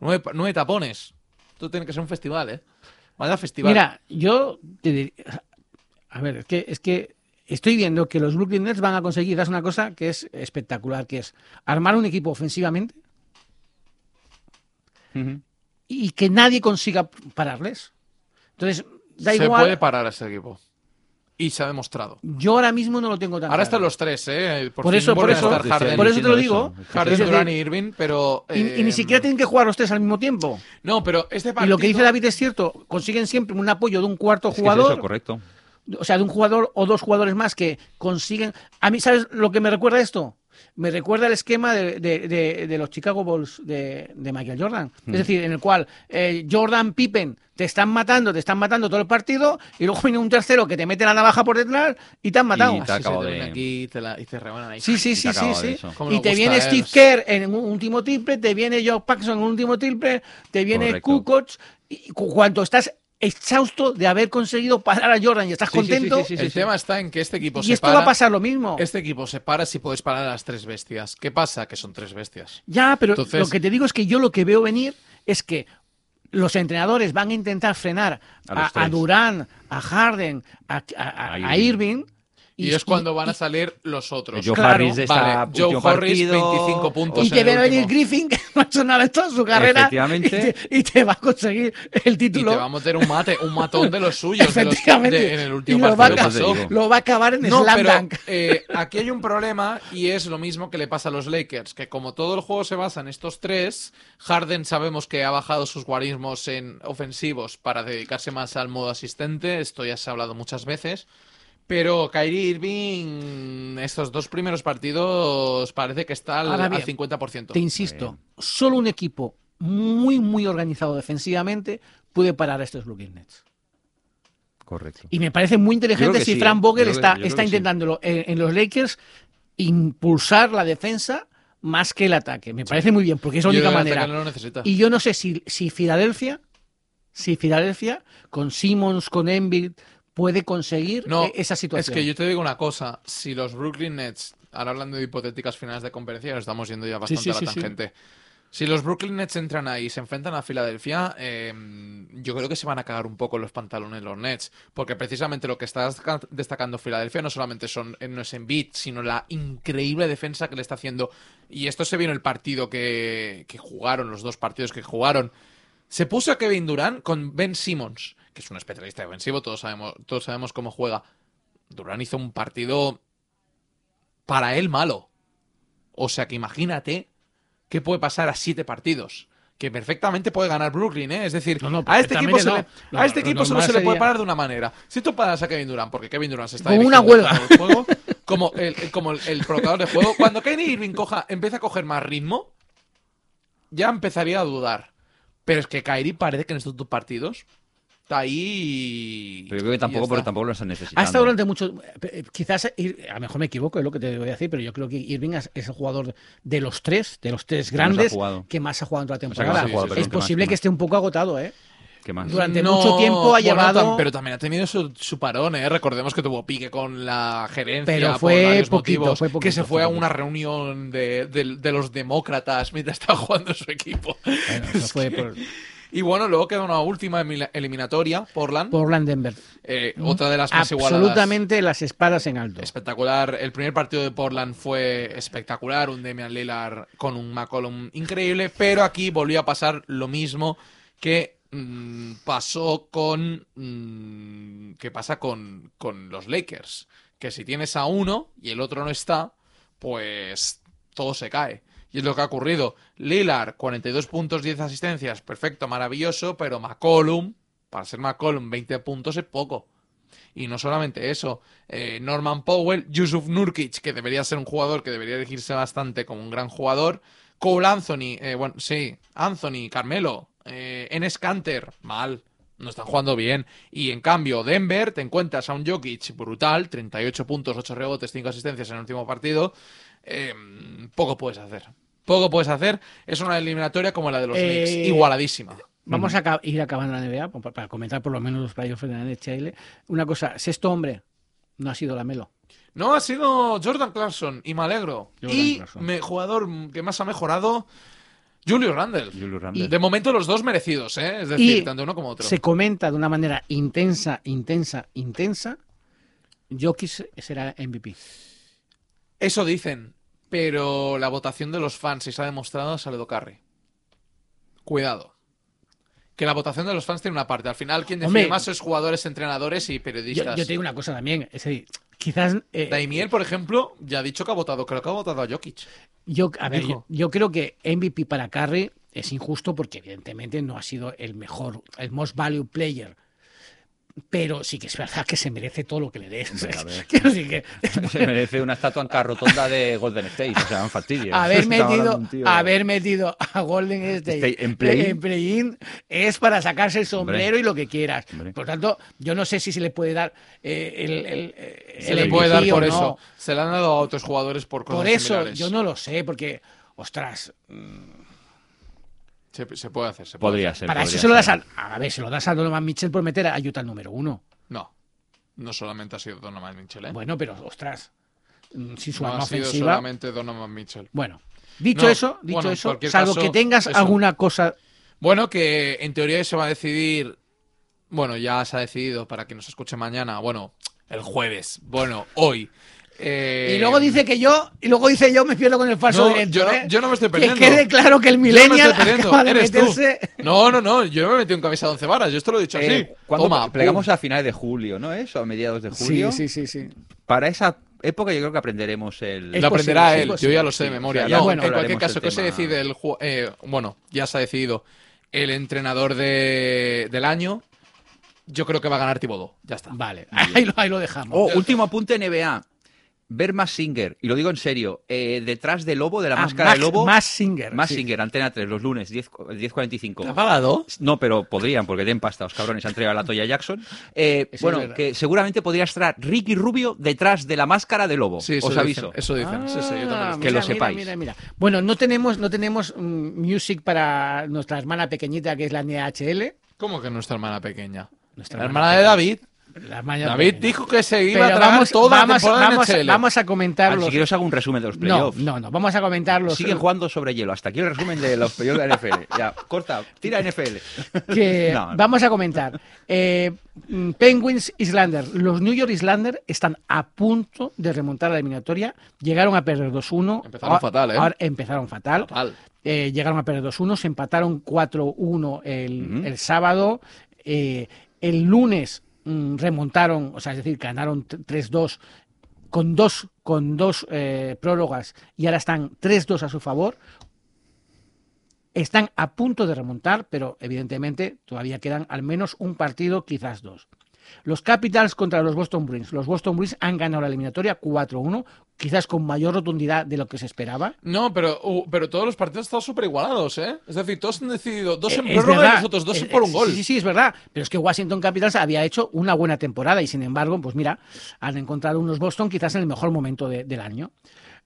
Speaker 2: 9, tapones. Esto tiene que ser un festival, ¿eh? Vaya festival.
Speaker 1: Mira, yo te dir- a ver, es que es que estoy viendo que los Brooklyn Nets van a conseguir das una cosa que es espectacular, que es armar un equipo ofensivamente y que nadie consiga pararles. Entonces, da
Speaker 2: se
Speaker 1: igual.
Speaker 2: puede parar a este equipo. Y se ha demostrado.
Speaker 1: Yo ahora mismo no lo tengo tan claro.
Speaker 2: Ahora están los tres, ¿eh? Por,
Speaker 1: Por
Speaker 2: fin
Speaker 1: eso, por
Speaker 2: vuelven a
Speaker 1: eso,
Speaker 2: estar Harden,
Speaker 1: por eso te lo
Speaker 3: Diciendo
Speaker 1: digo.
Speaker 3: eso.
Speaker 2: Harden,
Speaker 1: Es decir,
Speaker 2: Durant y Irving, pero...
Speaker 1: y- y
Speaker 2: eh,
Speaker 1: ni siquiera tienen que jugar los tres al mismo tiempo.
Speaker 2: No, pero este partido...
Speaker 1: Y lo que dice David es cierto, consiguen siempre un apoyo de un cuarto
Speaker 3: Es que es
Speaker 1: jugador,
Speaker 3: eso, correcto.
Speaker 1: o sea, de un jugador o dos jugadores más que consiguen. A mí, ¿sabes lo que me recuerda esto? Me recuerda el esquema de, de- de- de los Chicago Bulls de, de Michael Jordan.
Speaker 3: Mm.
Speaker 1: Es decir, en el cual eh, Jordan, Pippen te están matando, te están matando todo el partido y luego viene un tercero que te mete la navaja por detrás y te han matado.
Speaker 3: Y-
Speaker 2: Así se Ah,
Speaker 3: Acabo
Speaker 2: te
Speaker 3: de-
Speaker 2: viene aquí y te, la- y te rebanan ahí.
Speaker 1: Sí, sí,
Speaker 3: y te
Speaker 1: sí, sí,
Speaker 3: acaba de
Speaker 1: sí.
Speaker 3: eso.
Speaker 2: Cómo
Speaker 1: Y
Speaker 2: nos
Speaker 1: te
Speaker 2: gusta,
Speaker 1: viene
Speaker 2: eh,
Speaker 1: Steve
Speaker 2: los-
Speaker 1: Kerr en un último triple, te viene Joe Paxson en un último triple, te viene
Speaker 3: Correcto.
Speaker 1: Kukoc. Y cu- cuando estás exhausto de haber conseguido parar a Jordan y estás
Speaker 3: Sí, sí, sí,
Speaker 1: contento,
Speaker 3: sí, sí,
Speaker 2: el tema está en que este equipo
Speaker 1: y
Speaker 2: se
Speaker 1: esto
Speaker 2: para...
Speaker 1: va a pasar lo mismo.
Speaker 2: Este equipo se para si podéis parar a las tres bestias. ¿Qué pasa? Que son tres bestias.
Speaker 1: Ya, pero
Speaker 2: Entonces-
Speaker 1: lo que te digo es que yo lo que veo venir es que los entrenadores van a intentar frenar
Speaker 3: A los
Speaker 1: a, a
Speaker 3: tres.
Speaker 1: Durán, a Harden, a, a- a-
Speaker 3: A
Speaker 1: a
Speaker 3: Irving.
Speaker 1: Irving.
Speaker 2: Y, es cuando van a salir los otros.
Speaker 3: Joe
Speaker 1: Claro,
Speaker 3: Harris está
Speaker 2: vale, Joe
Speaker 3: último
Speaker 2: Harris,
Speaker 3: partido,
Speaker 2: 25 puntos.
Speaker 1: Y
Speaker 2: en
Speaker 1: te
Speaker 2: el
Speaker 1: ve venir
Speaker 2: último.
Speaker 1: Griffin, que no ha hecho nada en toda su carrera. Y
Speaker 3: Efectivamente.
Speaker 1: te, y te va a conseguir el
Speaker 2: Y
Speaker 1: título.
Speaker 2: te va a meter un mate, un matón de los suyos. de los-
Speaker 1: Efectivamente.
Speaker 2: de- en el último
Speaker 1: Y lo
Speaker 2: partido
Speaker 1: va a-
Speaker 2: que pasó.
Speaker 3: Yo te digo.
Speaker 1: Lo va a acabar en
Speaker 2: No,
Speaker 1: Slam
Speaker 2: pero
Speaker 1: Dunk.
Speaker 2: eh, aquí hay un problema y es lo mismo que le pasa a los Lakers, que como todo el juego se basa en estos tres, Harden sabemos que ha bajado sus guarismos en ofensivos para dedicarse más al modo asistente, esto ya se ha hablado muchas veces, pero Kyrie Irving, estos dos primeros partidos parece que está al,
Speaker 1: Ahora
Speaker 2: al
Speaker 1: bien,
Speaker 2: 50%.
Speaker 1: Te insisto, solo un equipo muy, muy organizado defensivamente puede parar a estos Brooklyn Nets.
Speaker 3: Correcto.
Speaker 1: Y me parece muy
Speaker 3: Yo creo
Speaker 1: inteligente
Speaker 3: que
Speaker 1: si
Speaker 3: sí,
Speaker 1: Frank
Speaker 3: ¿eh?
Speaker 1: Vogel
Speaker 3: Yo creo-
Speaker 1: está,
Speaker 3: yo creo
Speaker 1: está
Speaker 3: que sí.
Speaker 1: intentándolo en, en los Lakers impulsar la defensa más que el ataque. Me parece muy bien, porque es la
Speaker 2: Yo
Speaker 1: única
Speaker 2: creo que el
Speaker 1: manera.
Speaker 2: ataque no lo necesita.
Speaker 1: Y yo no sé si, si Filadelfia, si Filadelfia, con Simmons, con Embiid, puede conseguir
Speaker 2: No,
Speaker 1: eh, esa situación.
Speaker 2: Es que yo te digo una cosa, si los Brooklyn Nets, ahora hablando de hipotéticas finales de conferencia, nos estamos yendo ya bastante
Speaker 1: sí,
Speaker 2: a la
Speaker 1: sí, sí.
Speaker 2: tangente. Si los Brooklyn Nets entran ahí y se enfrentan a Filadelfia, eh, yo creo que se van a cagar un poco los pantalones los Nets, porque precisamente lo que está desca- destacando Filadelfia no solamente son eh, no es en beat, sino la increíble defensa que le está haciendo. Y esto se vio en el partido que, que jugaron, los dos partidos que jugaron. Se puso a Kevin Durant con Ben Simmons, que es un especialista defensivo, todos sabemos, todos sabemos cómo juega. Durán hizo un partido para él malo. O sea que imagínate qué puede pasar a siete partidos. Que perfectamente puede ganar Brooklyn, ¿eh? Es decir,
Speaker 1: No, no,
Speaker 2: a este equipo, se,
Speaker 1: perfectamente
Speaker 2: le,
Speaker 1: no.
Speaker 2: a
Speaker 1: No,
Speaker 2: este
Speaker 1: lo
Speaker 2: equipo solo
Speaker 1: normal
Speaker 2: se le puede
Speaker 1: sería-
Speaker 2: parar de una manera. Si tú paras a Kevin Durant, porque Kevin Durant se está
Speaker 1: Con una
Speaker 2: dirigiendo
Speaker 1: huelga.
Speaker 2: todo el juego, como el, como el, el provocador de juego, cuando Kevin Irving coja, empieza a coger más ritmo, ya empezaría a dudar. Pero es que Kyrie parece que en estos dos partidos está ahí. y-
Speaker 3: Pero yo creo que
Speaker 2: y
Speaker 3: tampoco,
Speaker 2: ya
Speaker 3: porque
Speaker 2: está.
Speaker 3: tampoco lo están necesitando.
Speaker 1: Ha estado durante mucho. eh, Quizás, Ir- a lo mejor me equivoco, es lo que te voy a decir, pero yo creo que Irving es es el jugador de los tres, de los tres
Speaker 3: Que más ha
Speaker 1: grandes,
Speaker 3: jugado.
Speaker 1: que más ha jugado en toda la
Speaker 3: O sea, que más
Speaker 1: temporada.
Speaker 3: ha jugado,
Speaker 2: Sí, sí,
Speaker 1: es
Speaker 3: perdón, que más,
Speaker 1: posible
Speaker 3: que
Speaker 1: que
Speaker 3: más.
Speaker 1: esté un poco agotado, ¿eh?
Speaker 3: ¿Qué más?
Speaker 1: Durante mucho tiempo ha llevado-
Speaker 2: tam- pero también ha tenido su, su parón, ¿eh? Recordemos que tuvo pique con la gerencia.
Speaker 1: Pero
Speaker 2: por
Speaker 1: fue
Speaker 2: varios
Speaker 1: poquito,
Speaker 2: motivos,
Speaker 1: fue poquito,
Speaker 2: Que se
Speaker 1: fue
Speaker 2: fue a
Speaker 1: poquito.
Speaker 2: una reunión de, de- de los demócratas mientras estaba jugando su equipo.
Speaker 1: Bueno,
Speaker 2: Es
Speaker 1: eso fue
Speaker 2: que-
Speaker 1: por
Speaker 2: Y bueno, luego queda una última emila- eliminatoria, Portland.
Speaker 1: Portland Denver.
Speaker 2: eh, otra de las más igualadas.
Speaker 1: Absolutamente las espadas en alto.
Speaker 2: Espectacular. El primer partido de Portland fue espectacular. Un Damian Lillard con un McCollum increíble. Pero aquí volvió a pasar lo mismo que mm, pasó con. mm, que pasa con, con los Lakers. Que si tienes a uno y el otro no está, pues todo se cae. Y es lo que ha ocurrido. Lillard, 42 puntos, 10 asistencias. Perfecto, maravilloso. Pero McCollum, para ser McCollum, 20 puntos es poco. Y no solamente eso, eh, Norman Powell, Yusuf Nurkic, que debería ser un jugador que debería elegirse bastante como un gran jugador, Cole Anthony, eh, bueno, sí, Anthony, Carmelo, eh, Enes Kanter, mal, no están jugando bien. Y en cambio, Denver, te encuentras a un Jokic brutal, 38 puntos, 8 rebotes, 5 asistencias en el último partido, eh, poco puedes hacer. Poco puedes hacer, es una eliminatoria como la de los
Speaker 1: Eh,
Speaker 2: Knicks, igualadísima. Mm.
Speaker 1: Vamos a ca- ir acabando la NBA pa- pues, para comentar por lo menos los playoffs de la NHL. Una cosa, sexto hombre no ha sido la Melo.
Speaker 2: No, ha sido Jordan Clarkson y me alegro.
Speaker 1: Jordan
Speaker 2: y
Speaker 1: Clarkson.
Speaker 2: me- jugador que más ha mejorado, Julius Randle.
Speaker 3: Julius Randle.
Speaker 2: De momento los dos merecidos, ¿eh? Es decir,
Speaker 1: Y
Speaker 2: tanto uno como otro.
Speaker 1: Se comenta de una manera intensa, intensa, intensa. Jokic será MVP.
Speaker 2: Eso dicen, pero la votación de los fans, si se ha demostrado, es a Ledo Carri. Cuidado. Que la votación de los fans tiene una parte. Al final, quien decide
Speaker 1: Hombre.
Speaker 2: más es jugadores, entrenadores y
Speaker 1: Yo,
Speaker 2: periodistas.
Speaker 1: yo te digo una cosa también. Es decir, quizás. eh,
Speaker 2: Daimiel, por ejemplo, ya ha dicho que ha votado. Creo que ha votado a Jokic.
Speaker 1: Yo, a ver, yo,
Speaker 2: Dijo.
Speaker 1: yo creo que MVP para Curry es injusto porque evidentemente no ha sido el mejor, el most value player. Pero sí que es verdad que se merece todo lo que le des.
Speaker 3: a ver.
Speaker 1: Quiero decir que
Speaker 3: Se merece una estatua en carrotonda de Golden State. O sea, un fastidio.
Speaker 1: haber
Speaker 3: Estamos hablando
Speaker 1: metido,
Speaker 3: de un tío-
Speaker 1: haber metido a Golden State
Speaker 3: State en play-in.
Speaker 1: play-in es para sacarse el sombrero y lo que quieras.
Speaker 3: Hombre.
Speaker 1: Por tanto, yo no sé si se le puede dar eh, el, el- eh,
Speaker 2: Se
Speaker 1: el
Speaker 2: le puede dar
Speaker 1: MVP o
Speaker 2: por
Speaker 1: no.
Speaker 2: eso. Se le han dado a otros jugadores por cosas
Speaker 1: Por eso,
Speaker 2: similares.
Speaker 1: yo no lo sé, porque, ostras,
Speaker 2: Se, se puede hacer, se puede
Speaker 3: Podría ser.
Speaker 1: Para
Speaker 3: podría
Speaker 1: eso se lo das
Speaker 3: ser.
Speaker 1: al- a, ver, se lo das a Donovan Mitchell por meter a Utah al número uno.
Speaker 2: No. No solamente ha sido Donovan Mitchell, ¿eh?
Speaker 1: Bueno, pero ostras, mm, sin su
Speaker 2: no
Speaker 1: arma
Speaker 2: ha sido
Speaker 1: ofensiva.
Speaker 2: solamente Donovan Mitchell.
Speaker 1: Bueno, dicho
Speaker 2: No,
Speaker 1: eso, dicho
Speaker 2: bueno, en
Speaker 1: eso,
Speaker 2: cualquier
Speaker 1: salvo
Speaker 2: caso,
Speaker 1: que tengas
Speaker 2: eso.
Speaker 1: alguna cosa.
Speaker 2: Bueno, que en teoría se va a decidir. Bueno, ya se ha decidido para que nos escuche mañana. Bueno, El jueves. Bueno, hoy. Eh,
Speaker 1: Y luego dice que yo, y luego dice yo me pierdo con el falso
Speaker 2: No,
Speaker 1: directo.
Speaker 2: yo no-
Speaker 1: ¿eh?
Speaker 2: yo no me estoy
Speaker 1: Que
Speaker 2: perdiendo.
Speaker 1: quede claro que el
Speaker 2: yo no me estoy
Speaker 1: millennial
Speaker 2: perdiendo,
Speaker 1: acaba de
Speaker 2: eres tú.
Speaker 1: meterse.
Speaker 2: No, no, no. Yo no me metí en camisa de once varas. Yo esto lo he dicho así.
Speaker 3: Eh, ¿cuándo
Speaker 2: Toma,
Speaker 3: pl- plegamos
Speaker 2: pum.
Speaker 3: a finales de julio, ¿no? Eso, a mediados de
Speaker 1: Sí,
Speaker 3: julio.
Speaker 1: sí, sí, sí.
Speaker 3: Para esa época yo creo que aprenderemos el...
Speaker 1: Es
Speaker 2: Lo aprenderá
Speaker 1: posible, es
Speaker 2: él.
Speaker 1: posible.
Speaker 2: yo ya lo sé de
Speaker 3: Sí,
Speaker 2: memoria.
Speaker 3: o sea,
Speaker 1: ya
Speaker 2: No,
Speaker 1: bueno,
Speaker 2: en cualquier
Speaker 3: hablaremos
Speaker 2: caso,
Speaker 3: del
Speaker 2: que se
Speaker 3: tema.
Speaker 2: decide el ju- eh, Bueno, ya se ha decidido el entrenador de, del año. Yo creo que va a ganar Tibodó. Ya está.
Speaker 1: Vale, ahí lo, ahí lo dejamos.
Speaker 3: Oh, último apunte NBA. Verma Singer, y lo digo en serio, eh, detrás del lobo, de la
Speaker 1: Ah,
Speaker 3: máscara
Speaker 1: Max-
Speaker 3: de lobo.
Speaker 1: Max Singer.
Speaker 3: Más
Speaker 1: sí.
Speaker 3: Singer, Antena 3, los lunes, 10 10.45.
Speaker 2: ¿Ha pagado?
Speaker 3: No, pero podrían, porque tienen pasta, los cabrones. Han traído a la Toya Jackson. Eh,
Speaker 1: Eso es
Speaker 3: bueno,
Speaker 1: verdad.
Speaker 3: que seguramente podría estar Ricky Rubio detrás de la máscara de lobo.
Speaker 2: Sí, eso
Speaker 3: Os
Speaker 2: dicen,
Speaker 3: aviso.
Speaker 2: Eso dicen. sí, sí, yo también
Speaker 1: Ah,
Speaker 2: lo
Speaker 3: Que lo
Speaker 1: mira,
Speaker 3: sepáis.
Speaker 1: Mira, mira, mira. Bueno, no tenemos, no tenemos mm, music para nuestra hermana pequeñita que es la NHL.
Speaker 2: ¿Cómo que nuestra hermana pequeña?
Speaker 1: Nuestra
Speaker 2: la
Speaker 1: hermana
Speaker 2: hermana de David.
Speaker 1: La hermana
Speaker 2: David
Speaker 1: pequeña.
Speaker 2: dijo que se
Speaker 1: Pero
Speaker 2: iba a tragar
Speaker 1: vamos,
Speaker 2: toda la
Speaker 1: vamos,
Speaker 2: temporada
Speaker 1: vamos,
Speaker 2: en NHL.
Speaker 1: vamos a
Speaker 3: Ah,
Speaker 1: comentar los.
Speaker 3: si quiero os hago un resumen de los
Speaker 1: No,
Speaker 3: playoffs.
Speaker 1: no, no, vamos a comentar los.
Speaker 3: Siguen jugando sobre hielo. Hasta aquí el resumen de los playoffs de la NFL. Ya, corta, tira NFL.
Speaker 1: que
Speaker 3: No, no.
Speaker 1: Vamos a comentar. Eh, mm, Penguins Islanders. Los New York Islanders están a punto de remontar la eliminatoria. Llegaron a perder 2-1.
Speaker 2: Empezaron
Speaker 1: Ahora-
Speaker 2: fatal, ¿eh?
Speaker 1: Ahora empezaron fatal.
Speaker 2: Fatal.
Speaker 1: Eh, llegaron a perder 2-1, se empataron 4-1 el,
Speaker 3: Ujú.
Speaker 1: el sábado, eh, el lunes mm, remontaron, o sea, es decir, ganaron t- 3-2 con dos, con dos eh, prórrogas y ahora están 3-2 a su favor. Están a punto de remontar, pero evidentemente todavía quedan al menos un partido, quizás dos. Los Capitals contra los Boston Bruins. Los Boston Bruins han ganado la eliminatoria 4-1, quizás con mayor rotundidad de lo que se esperaba.
Speaker 2: No, pero, uh, pero todos los partidos están súper igualados, ¿eh? Es decir, todos han decidido dos en
Speaker 1: Eh, Es
Speaker 2: prórroga
Speaker 1: verdad.
Speaker 2: y los otros dos
Speaker 1: Es-
Speaker 2: por un
Speaker 1: es-
Speaker 2: gol.
Speaker 1: Sí, sí, sí, es verdad. Pero es que Washington Capitals había hecho una buena temporada y sin embargo, pues mira, han encontrado unos Boston quizás en el mejor momento de- del año.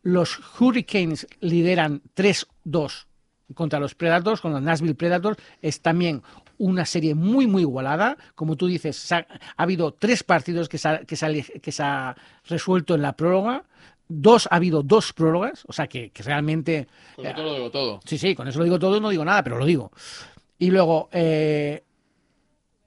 Speaker 1: Los Hurricanes lideran 3-2 contra los Predators, contra Nashville Predators. Es también una serie muy, muy igualada. Como tú dices, se ha, ha habido tres partidos que se, ha, que se ha eleg- que se ha resuelto en la prórroga. Dos, ha habido dos prórrogas, o sea que, que realmente
Speaker 2: Pues yo te lo digo todo.
Speaker 1: Sí, sí, con eso lo digo todo, no digo nada, pero lo digo. Y luego, eh,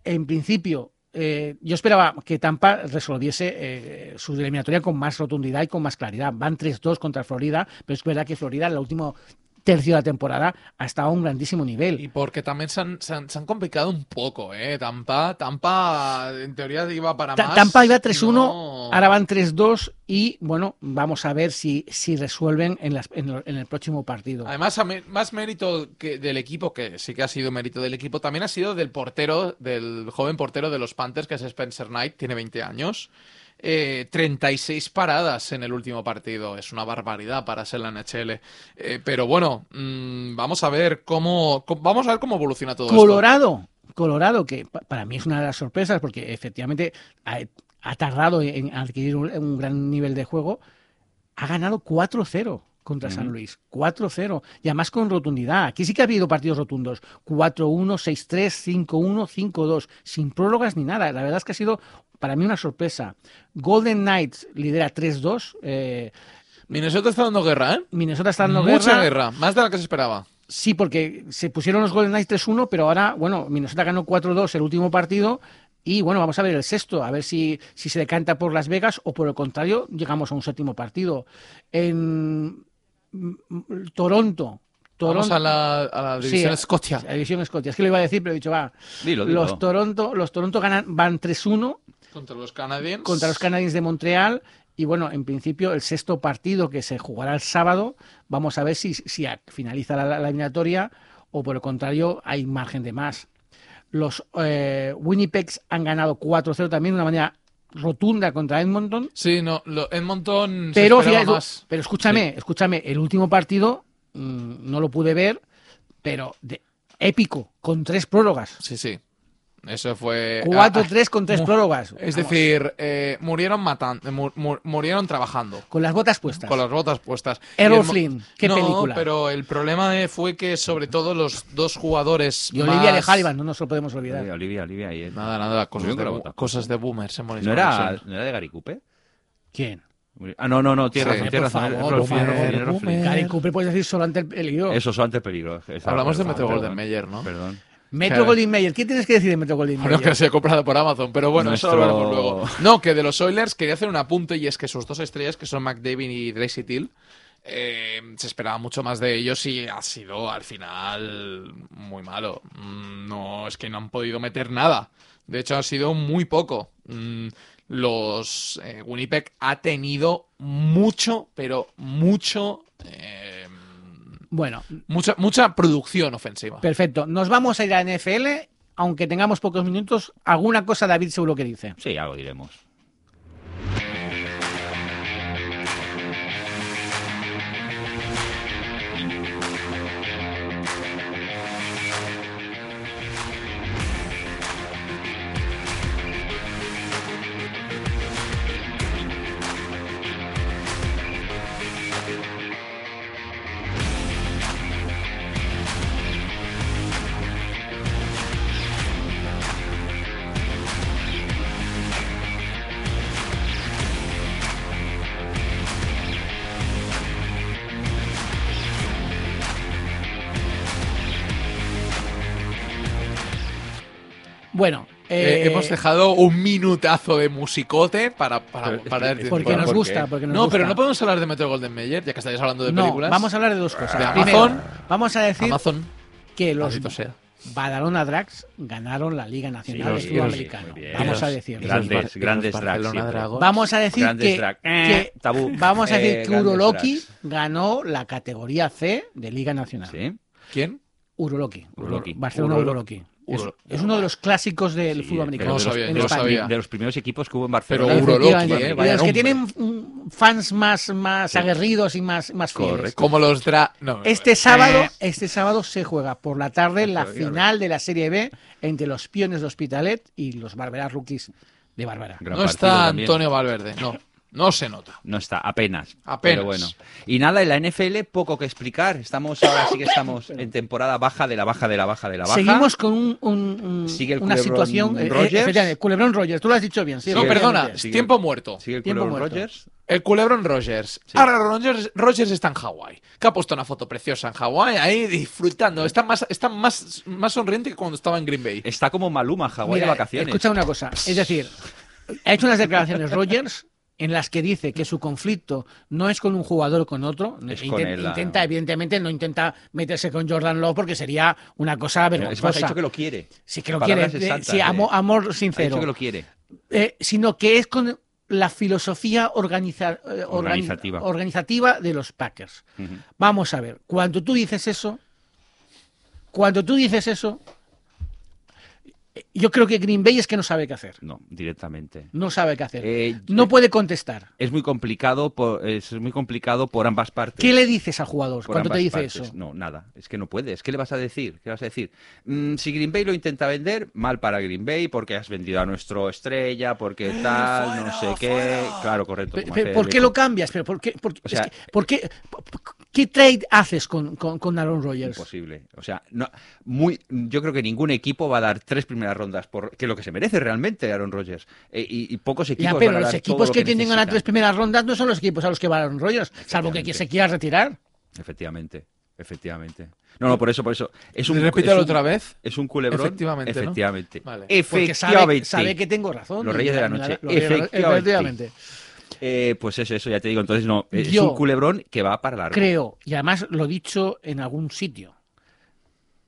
Speaker 1: en principio, eh, yo esperaba que Tampa resolviese eh, su eliminatoria con más rotundidad y con más claridad. Van 3-2 contra Florida, pero es verdad que Florida en el último tercio de la temporada ha estado a un grandísimo nivel.
Speaker 2: Y porque también se han, se han- se han complicado un poco, ¿eh? Tampa, Tampa, en teoría iba para
Speaker 1: Ta-
Speaker 2: más.
Speaker 1: Tampa iba 3-1,
Speaker 2: No.
Speaker 1: ahora van 3-2 y bueno, vamos a ver si, si resuelven en, las- en lo- en el próximo partido.
Speaker 2: Además, a mé- más mérito que del equipo, que sí que ha sido mérito del equipo, también ha sido del portero, del joven portero de los Panthers, que es Spencer Knight, tiene 20 años. Eh, 36 paradas en el último partido, es una barbaridad para ser la NHL. Eh, pero bueno, mm, vamos a ver cómo, cómo- vamos a ver cómo evoluciona todo esto.
Speaker 1: Colorado, Colorado, que pa- para mí es una de las sorpresas porque efectivamente ha, ha tardado en adquirir un, un gran nivel de juego, ha ganado 4-0 contra San
Speaker 3: Ujú.
Speaker 1: Luis, 4-0, y además con rotundidad. Aquí sí que ha habido partidos rotundos, 4-1, 6-3, 5-1, 5-2, sin prórrogas ni nada. La verdad es que ha sido para mí una sorpresa. Golden Knights lidera 3-2, eh,
Speaker 2: Minnesota está dando guerra, ¿eh?
Speaker 1: Minnesota está dando
Speaker 2: Mucha
Speaker 1: guerra.
Speaker 2: guerra, más de la que se esperaba.
Speaker 1: Sí, porque se pusieron los Golden Knights 3-1, pero ahora, bueno, Minnesota ganó 4-2 el último partido. Y bueno, vamos a ver el sexto, a ver si, si se decanta por Las Vegas o por el contrario, llegamos a un séptimo partido. En mm, mm, Toronto.
Speaker 2: Vamos
Speaker 1: Toronto
Speaker 2: a la, a la división
Speaker 1: Sí,
Speaker 2: Escocia.
Speaker 1: la división Escocia. Es que lo iba a decir, pero he dicho, va.
Speaker 3: Dilo, dilo.
Speaker 1: Los Toronto, los Toronto ganan, van 3-1
Speaker 2: Contra los Canadiens.
Speaker 1: contra los Canadiens de Montreal. Y bueno, en principio, el sexto partido que se jugará el sábado, vamos a ver si, si a- finaliza la, la eliminatoria o por el contrario, hay margen de más. Los eh, Winnipegs han ganado 4-0 también de una manera rotunda contra Edmonton.
Speaker 2: Sí, no, lo, Edmonton se
Speaker 1: Pero,
Speaker 2: esperaba
Speaker 1: fíjate,
Speaker 2: más.
Speaker 1: pero escúchame, escúchame, el último partido mm, no lo pude ver, pero de- épico, con tres prórrogas.
Speaker 2: Sí, sí. Eso fue. ah, ah,
Speaker 1: 4-3 con tres
Speaker 2: mu-
Speaker 1: prórrogas. Vamos,
Speaker 2: Es decir, eh, murieron matando, murieron trabajando.
Speaker 1: con las botas puestas.
Speaker 2: Con las botas puestas.
Speaker 1: Errol
Speaker 2: Y el mo-
Speaker 1: Flynn, qué
Speaker 2: no,
Speaker 1: película.
Speaker 2: Pero el problema eh, fue que, sobre todo, los dos jugadores.
Speaker 1: Y Olivia
Speaker 2: más-
Speaker 1: de Haliban, no nos lo podemos olvidar.
Speaker 3: Olivia, Olivia, Olivia. y él.
Speaker 2: Nada, nada, cosas
Speaker 3: Muy
Speaker 2: de,
Speaker 3: bien,
Speaker 2: bu-
Speaker 3: bota.
Speaker 2: cosas de boomers en Morris
Speaker 3: ¿No era,
Speaker 2: Connection.
Speaker 3: ¿No era de Gary Cooper?
Speaker 1: ¿Quién?
Speaker 3: Ah, no, no, no, tienes
Speaker 2: Sí. Eh,
Speaker 3: razón,
Speaker 2: por
Speaker 3: tienes razón.
Speaker 2: favor,
Speaker 3: Errol Flynn,
Speaker 2: Boomer,
Speaker 3: Errol Flynn, Errol Flynn.
Speaker 2: Boomer.
Speaker 1: Gary Cooper puedes decir solo ante el, el guión.
Speaker 3: Esos son antes peligros.
Speaker 2: Hablamos de Meteo
Speaker 3: Meteo
Speaker 2: Golden Meyer, ¿no?
Speaker 3: Perdón.
Speaker 1: Metro Golden Mayer. ¿Qué tienes que decir de Metro Golden
Speaker 2: Bueno, que
Speaker 1: Mayer?
Speaker 2: se ha comprado por Amazon, pero bueno, eso lo
Speaker 3: Nuestro-
Speaker 2: veremos luego. No, que de los Oilers quería hacer un apunte y es que sus dos estrellas, que son McDavid y Tracy Till, eh, se esperaba mucho más de ellos y ha sido al final muy malo. Mm, No, es que no han podido meter nada. De hecho, ha sido muy poco. Mm, Los eh, Winnipeg ha tenido mucho, pero mucho, eh,
Speaker 1: Bueno,
Speaker 2: mucha, mucha producción ofensiva.
Speaker 1: perfecto. Nos vamos a ir a NFL. Aunque tengamos pocos minutos, alguna cosa David seguro que dice.
Speaker 3: Sí, ya lo diremos.
Speaker 1: Bueno,
Speaker 2: Eh,
Speaker 1: eh,
Speaker 2: hemos dejado un minutazo de musicote para, para,
Speaker 3: Pero-
Speaker 2: para-
Speaker 1: porque
Speaker 3: Bueno,
Speaker 1: nos
Speaker 3: ¿por
Speaker 1: gusta,
Speaker 3: qué?
Speaker 1: porque nos
Speaker 2: No, pero
Speaker 1: gusta.
Speaker 2: no podemos hablar de Metro Golden Mayer, ya que estáis hablando de
Speaker 1: No,
Speaker 2: películas.
Speaker 1: vamos a hablar de dos cosas.
Speaker 2: De
Speaker 1: Primero,
Speaker 2: Amazon.
Speaker 1: vamos a decir
Speaker 2: Amazon,
Speaker 1: que los
Speaker 2: maldito sea.
Speaker 1: Badalona Drags ganaron la Liga Nacional de
Speaker 3: Sí,
Speaker 1: Fútbol
Speaker 3: sí,
Speaker 1: Americano.
Speaker 3: muy bien.
Speaker 1: Vamos a
Speaker 2: Y los-
Speaker 1: decirlo.
Speaker 2: y los
Speaker 3: Grandes,
Speaker 2: Bar- y los
Speaker 3: grandes drags
Speaker 2: Barcelona
Speaker 3: siempre.
Speaker 2: Dragons.
Speaker 1: Vamos a decir
Speaker 3: Grandes
Speaker 1: que,
Speaker 3: drag.
Speaker 1: que-
Speaker 3: Eh, tabú.
Speaker 1: vamos a decir
Speaker 3: Eh,
Speaker 1: que
Speaker 3: grandes
Speaker 1: Uroloki
Speaker 3: drags.
Speaker 1: ganó la categoría C de Liga Nacional.
Speaker 3: Sí.
Speaker 2: ¿Quién?
Speaker 1: Uroloki.
Speaker 3: Uroloki.
Speaker 1: Barcelona
Speaker 2: Urolo-
Speaker 1: Uroloki. Es,
Speaker 2: Urolo-
Speaker 1: es uno de los clásicos del
Speaker 3: Sí,
Speaker 1: fútbol americano.
Speaker 3: pero
Speaker 2: No
Speaker 3: de los-
Speaker 2: sabía,
Speaker 1: en
Speaker 2: no lo
Speaker 1: España.
Speaker 2: sabía.
Speaker 3: De los primeros equipos que hubo
Speaker 2: Pero
Speaker 3: en Barcelona.
Speaker 2: Uroloqui,
Speaker 1: Efectivamente.
Speaker 2: eh,
Speaker 1: Y
Speaker 2: vaya
Speaker 1: los que
Speaker 2: nombre.
Speaker 1: tienen mm, fans más, más
Speaker 3: Sí.
Speaker 1: aguerridos y más, más fieles.
Speaker 3: Correcto.
Speaker 2: Como los Dra... No,
Speaker 1: Este
Speaker 2: eh,
Speaker 1: sábado, este sábado se juega por la tarde la
Speaker 3: Pero, claro.
Speaker 1: final de la Serie B entre los Piones de Hospitalet y los Barberá Rookies de Bárbara.
Speaker 3: Gran
Speaker 2: No
Speaker 3: partido
Speaker 2: está
Speaker 3: también.
Speaker 2: Antonio Valverde, no. No se nota.
Speaker 3: No está, apenas.
Speaker 2: Apenas.
Speaker 3: Pero bueno. Y nada, en la NFL poco que explicar. Estamos ahora sí que estamos en temporada baja de la baja de la baja de la baja.
Speaker 1: Seguimos con un- un- un-
Speaker 3: Sigue el
Speaker 1: una
Speaker 3: culebrón
Speaker 1: situación. eh, eh,
Speaker 3: Rogers.
Speaker 1: efectivamente, Culebrón Rogers, tú lo has dicho bien. sí,
Speaker 2: no,
Speaker 3: sí,
Speaker 2: perdona,
Speaker 1: efectivamente.
Speaker 3: sí.
Speaker 2: tiempo muerto.
Speaker 3: Sigue el
Speaker 1: Tiempo
Speaker 3: culebrón
Speaker 1: muerto.
Speaker 3: Rogers.
Speaker 2: El culebrón Rogers. Ahora Rogers, Rogers está en Hawái. Que ha puesto una foto preciosa en Hawái, ahí disfrutando. Está más, está más, más sonriente que cuando estaba en Green Bay.
Speaker 3: Está como Maluma, Hawái
Speaker 1: Mira,
Speaker 3: de vacaciones.
Speaker 1: Escucha una cosa. Es decir, ha hecho unas declaraciones Rogers en las que dice que su conflicto no es con un jugador o con otro.
Speaker 3: Es
Speaker 1: Inten-
Speaker 3: con él, la-
Speaker 1: intenta, evidentemente, no intenta meterse con Jordan Love porque sería una cosa
Speaker 3: es más, ha
Speaker 1: vergonzosa.
Speaker 3: dicho que lo quiere.
Speaker 1: Sí, que lo quiere.
Speaker 3: Palabras
Speaker 1: eh,
Speaker 3: exactas,
Speaker 1: sí,
Speaker 3: eh.
Speaker 1: amo- amor
Speaker 3: Ha dicho
Speaker 1: sincero.
Speaker 3: que lo quiere.
Speaker 1: Eh, sino que es con la filosofía organiza- eh, organi-
Speaker 3: Organizativa.
Speaker 1: organizativa de los Packers.
Speaker 3: Ujú.
Speaker 1: Vamos a ver, cuando tú dices eso, cuando tú dices eso, eh, yo creo que Green Bay es que no sabe qué hacer.
Speaker 3: No, directamente.
Speaker 1: No sabe qué hacer.
Speaker 3: Eh,
Speaker 1: no puede contestar.
Speaker 3: Es muy complicado por, es muy complicado por ambas partes.
Speaker 1: ¿Qué le dices al jugador
Speaker 3: por
Speaker 1: cuando te
Speaker 3: ambas
Speaker 1: dice
Speaker 3: partes.
Speaker 1: eso?
Speaker 3: No, nada. Es que no puedes. ¿Qué le vas a decir? ¿Qué vas a decir? Mm, si Green Bay lo intenta vender, mal para Green Bay porque has vendido a nuestro estrella, porque tal, no sé qué. Claro, correcto.
Speaker 1: Pe-
Speaker 3: como
Speaker 1: pe-
Speaker 3: hace
Speaker 1: ¿Por
Speaker 3: el
Speaker 1: qué
Speaker 3: eco.
Speaker 1: lo cambias? ¿Pero por qué, por- es
Speaker 3: sea,
Speaker 1: que- por qué- por- por- qué trade haces con, con, con Aaron Rodgers?
Speaker 3: Imposible. O sea, no, muy, yo creo que ningún equipo va a dar tres primeras rondas, por, que es lo que se merece realmente Aaron Rodgers. Eh, y, y pocos equipos
Speaker 1: Ya,
Speaker 3: van
Speaker 1: pero
Speaker 3: a
Speaker 1: los
Speaker 3: dar
Speaker 1: equipos
Speaker 3: todo lo
Speaker 1: que, tienen a las tres
Speaker 3: necesitan.
Speaker 1: primeras rondas no son los equipos a los que va Aaron Rodgers, salvo que
Speaker 3: Efectivamente.
Speaker 1: se quiera retirar.
Speaker 3: Efectivamente, efectivamente. No, no, por eso, por eso. Es un,
Speaker 2: Repítelo
Speaker 3: es un-
Speaker 2: otra vez.
Speaker 3: Es un culebrón.
Speaker 2: Efectivamente, ¿no?
Speaker 3: Efectivamente.
Speaker 2: Vale.
Speaker 1: Porque sabe,
Speaker 3: Efectivamente.
Speaker 1: sabe que tengo razón.
Speaker 3: Los Reyes de la
Speaker 1: Me
Speaker 3: Noche.
Speaker 1: los Reyes de la-
Speaker 3: Efectivamente.
Speaker 1: efectivamente.
Speaker 3: Eh, pues eso, eso ya te digo. Entonces, no, eh, es
Speaker 1: Yo
Speaker 3: un culebrón que va para largo.
Speaker 1: Creo, y además lo he dicho en algún sitio.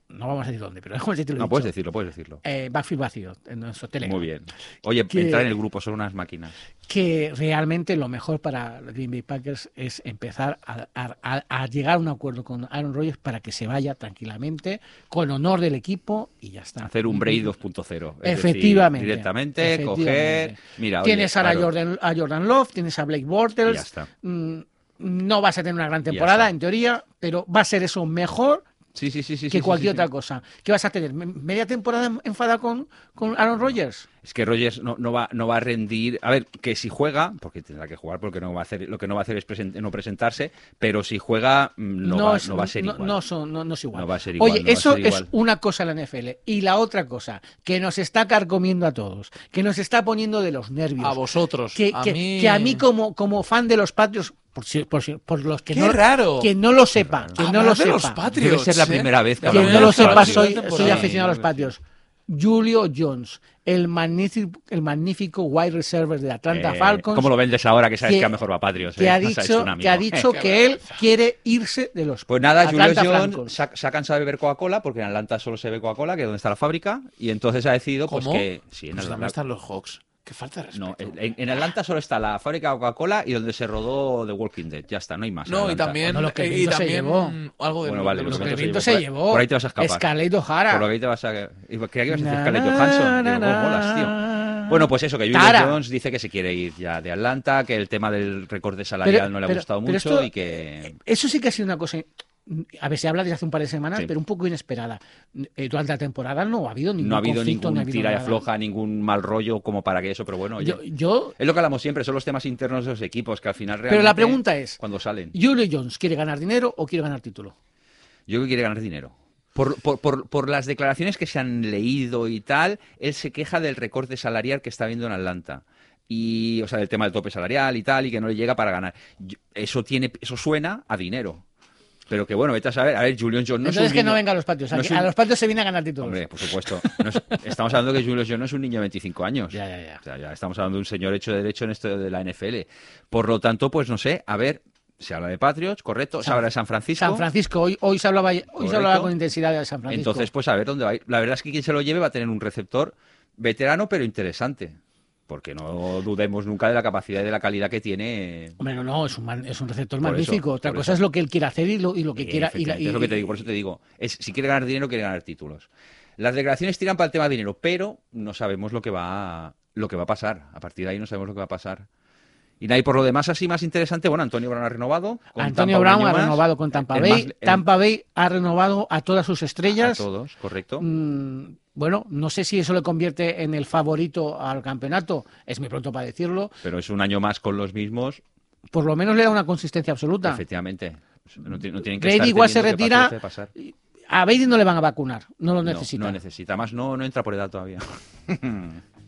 Speaker 1: No vamos a decir dónde, pero en algún sitio lo he
Speaker 3: No,
Speaker 1: dicho.
Speaker 3: puedes decirlo, puedes decirlo.
Speaker 1: Eh, Backfield vacío, en nuestro Telegram.
Speaker 3: Muy bien. Oye,
Speaker 1: Que-
Speaker 3: entrar en el grupo, son unas máquinas.
Speaker 1: Que realmente lo mejor para los Green Bay Packers es empezar a, a- a- a llegar a un acuerdo con Aaron Rodgers para que se vaya tranquilamente, con honor del equipo y ya está.
Speaker 3: Hacer un Brady 2.0. es decir,
Speaker 1: Ah. Efectivamente.
Speaker 3: directamente,
Speaker 1: Efectivamente.
Speaker 3: coger. Mira, oye,
Speaker 1: tienes ahora a,
Speaker 3: claro,
Speaker 1: Jordan, a Jordan Love, tienes a Blake
Speaker 3: y Ya
Speaker 1: Bortles.
Speaker 3: está.
Speaker 1: mm, No vas a tener una gran
Speaker 3: Ya
Speaker 1: temporada,
Speaker 3: está.
Speaker 1: en teoría, pero va a ser eso mejor
Speaker 3: Sí, sí, sí. sí
Speaker 1: que
Speaker 3: sí,
Speaker 1: cualquier
Speaker 3: sí, sí.
Speaker 1: otra cosa. ¿Qué vas a tener? ¿Me- ¿Media temporada enfada con, con Aaron Rodgers?
Speaker 3: Es que Rogers no, no va, no va a rendir. A ver, que si juega, porque tendrá que jugar, porque no va a hacer, lo que no va a hacer es present- no presentarse, pero si juega, mm, no, va,
Speaker 1: es-
Speaker 3: no va a ser
Speaker 1: no-
Speaker 3: igual.
Speaker 1: no son- no- no es igual.
Speaker 3: No va a ser igual,
Speaker 1: Oye,
Speaker 3: no va a
Speaker 1: eso
Speaker 3: ser
Speaker 1: es
Speaker 3: igual.
Speaker 1: una cosa la NFL. Y la otra cosa, que nos está carcomiendo a todos, que nos está poniendo de los nervios.
Speaker 2: A vosotros.
Speaker 1: que,
Speaker 2: a
Speaker 1: que-
Speaker 2: mí...
Speaker 1: que a mí como, como fan de los Patriots Por, si- por si- por los que
Speaker 2: ¡Qué
Speaker 1: no,
Speaker 2: raro!
Speaker 1: que no lo sepa, que no
Speaker 2: Hablar
Speaker 1: lo
Speaker 2: de los
Speaker 1: sepa.
Speaker 2: Patriots.
Speaker 3: Debe ser la
Speaker 2: ¿eh?
Speaker 3: primera vez que
Speaker 2: La
Speaker 1: Que
Speaker 3: hablamos
Speaker 1: no
Speaker 2: primera
Speaker 3: de
Speaker 1: lo
Speaker 3: los
Speaker 1: sepa,
Speaker 3: Patriots.
Speaker 1: soy,
Speaker 2: temporada.
Speaker 1: soy
Speaker 3: Sí,
Speaker 1: aficionado a los
Speaker 3: sí.
Speaker 1: patios. Julio Jones, el magnífico, el magnífico wide receiver de Atlanta
Speaker 3: Eh,
Speaker 1: Falcons,
Speaker 3: ¿Cómo lo vendes ahora que sabes
Speaker 1: que-
Speaker 3: que, a lo mejor va Patriots?
Speaker 1: que
Speaker 3: eh?
Speaker 1: ha
Speaker 3: Nos hecho
Speaker 1: dicho,
Speaker 3: un amigo.
Speaker 1: que, ha dicho
Speaker 2: Qué
Speaker 1: que él
Speaker 2: vergüenza.
Speaker 1: quiere irse de los
Speaker 3: Pues nada, Julio
Speaker 1: Atlanta
Speaker 3: Jones
Speaker 1: Falcons.
Speaker 3: se ha, se ha cansado de beber Coca-Cola porque en Atlanta solo se ve Coca-Cola, que es donde está la fábrica, y entonces ha decidido pues
Speaker 2: ¿Cómo?
Speaker 3: que sí, en
Speaker 2: Pues
Speaker 3: Atlanta-
Speaker 2: ¿Dónde están los Hawks? Qué falta de respeto.
Speaker 3: no, en, en Atlanta solo está la fábrica de Coca-Cola y donde se rodó The Walking Dead, ya está, no hay más. en
Speaker 2: No, y
Speaker 3: Atlanta.
Speaker 2: también,
Speaker 1: Bueno, lo que
Speaker 2: eh, y
Speaker 1: Vinto se
Speaker 2: también
Speaker 1: llevó.
Speaker 2: mm, algo de,
Speaker 3: Bueno,
Speaker 2: de
Speaker 3: vale,
Speaker 2: los
Speaker 3: lo que
Speaker 2: que
Speaker 3: Vinto
Speaker 1: se
Speaker 2: Vinto se
Speaker 3: se llevó. por ahí-
Speaker 1: llevó
Speaker 3: por ahí te vas a escapar.
Speaker 1: Scarlett O'Hara.
Speaker 3: Por lo que ahí te vas a. Creía que ibas a decir
Speaker 1: Na,
Speaker 3: Scarlett
Speaker 1: na,
Speaker 3: Johansson.
Speaker 1: na,
Speaker 3: Digo, vos
Speaker 1: na.
Speaker 3: molas, tío. Bueno, pues eso, que Julio
Speaker 1: Tara.
Speaker 3: Jones dice que se quiere ir ya de Atlanta, que el tema del recorte salarial
Speaker 1: Pero-
Speaker 3: no le ha
Speaker 1: pero-
Speaker 3: gustado
Speaker 1: pero
Speaker 3: mucho
Speaker 1: esto-
Speaker 3: y que.
Speaker 1: Eso sí que ha sido una cosa. A ver, se habla desde hace un par de semanas,
Speaker 3: Sí.
Speaker 1: pero un poco inesperada. Eh, Durante la temporada no ha habido ningún
Speaker 3: No ha habido
Speaker 1: conflicto,
Speaker 3: ningún
Speaker 1: no ha habido
Speaker 3: tira y
Speaker 1: nada.
Speaker 3: afloja, ningún mal rollo como para que eso, pero bueno, oye.
Speaker 1: Yo, yo-
Speaker 3: Es lo que hablamos siempre, son los temas internos de los equipos que al final realmente.
Speaker 1: pero la pregunta es:
Speaker 3: Cuando salen.
Speaker 1: ¿Julio Jones quiere ganar dinero o quiere ganar título?
Speaker 3: Yo creo que quiere ganar dinero. Por, por- por- por las declaraciones que se han leído y tal, él se queja del recorte salarial que está viendo en Atlanta. Y, o sea, del tema del tope salarial y tal, y que no le llega para ganar. Yo- Eso tiene, eso suena a dinero. Pero que bueno, vete a saber. A ver, Julian Jones no
Speaker 1: Entonces
Speaker 3: es un
Speaker 1: que no
Speaker 3: niño-
Speaker 1: venga a los patios.
Speaker 3: no
Speaker 1: aquí-
Speaker 3: es un-
Speaker 1: A los patios se viene a ganar títulos.
Speaker 3: Hombre, por supuesto. No es- estamos hablando que Julio Jones no es un niño de 25 años.
Speaker 1: Ya, ya, ya.
Speaker 3: O sea, ya estamos hablando de un señor hecho de derecho en esto de la NFL. Por lo tanto, pues no sé, a ver, se habla de Patriots, correcto, se
Speaker 1: San-
Speaker 3: habla de San Francisco.
Speaker 1: San Francisco, hoy, hoy, se hablaba, hoy se
Speaker 3: Correcto.
Speaker 1: hablaba con intensidad de San Francisco.
Speaker 3: Entonces, pues a ver dónde va a ir. La verdad es que quien se lo lleve va a tener un receptor veterano, pero interesante. Porque no dudemos nunca de la capacidad y de la calidad que tiene.
Speaker 1: Hombre, no, no, es un, man- es un receptor
Speaker 3: Por eso,
Speaker 1: magnífico. Otra
Speaker 3: por
Speaker 1: cosa
Speaker 3: eso.
Speaker 1: es lo que él quiera hacer y lo, y lo que
Speaker 3: Eh,
Speaker 1: quiera. y la-
Speaker 3: efectivamente, es lo
Speaker 1: y-
Speaker 3: que te digo, por eso te digo. Es, si quiere ganar dinero, quiere ganar títulos. Las declaraciones tiran para el tema de dinero, pero no sabemos lo que va a, lo que va a pasar. A partir de ahí no sabemos lo que va a pasar. Y nadie por lo demás así más interesante. Bueno, Antonio Brown ha renovado. con
Speaker 1: Antonio
Speaker 3: Tampa un
Speaker 1: Brown
Speaker 3: año
Speaker 1: ha
Speaker 3: más.
Speaker 1: renovado con Tampa
Speaker 3: El
Speaker 1: Bay.
Speaker 3: más- el-
Speaker 1: Tampa Bay ha renovado a todas sus
Speaker 3: a
Speaker 1: estrellas.
Speaker 3: todos, correcto.
Speaker 1: Mm, bueno, no sé si eso le convierte en el favorito al campeonato. Es muy pronto para decirlo.
Speaker 3: Pero es un año más con los mismos.
Speaker 1: Por lo menos le da una consistencia absoluta.
Speaker 3: Efectivamente. No, ti- no tienen que
Speaker 1: Brady
Speaker 3: estar
Speaker 1: igual se
Speaker 3: teniendo que
Speaker 1: retira.
Speaker 3: pasarse de pasar.
Speaker 1: A Brady no le van a vacunar. No lo
Speaker 3: No,
Speaker 1: necesita.
Speaker 3: No, necesita. Más no, no entra por edad todavía.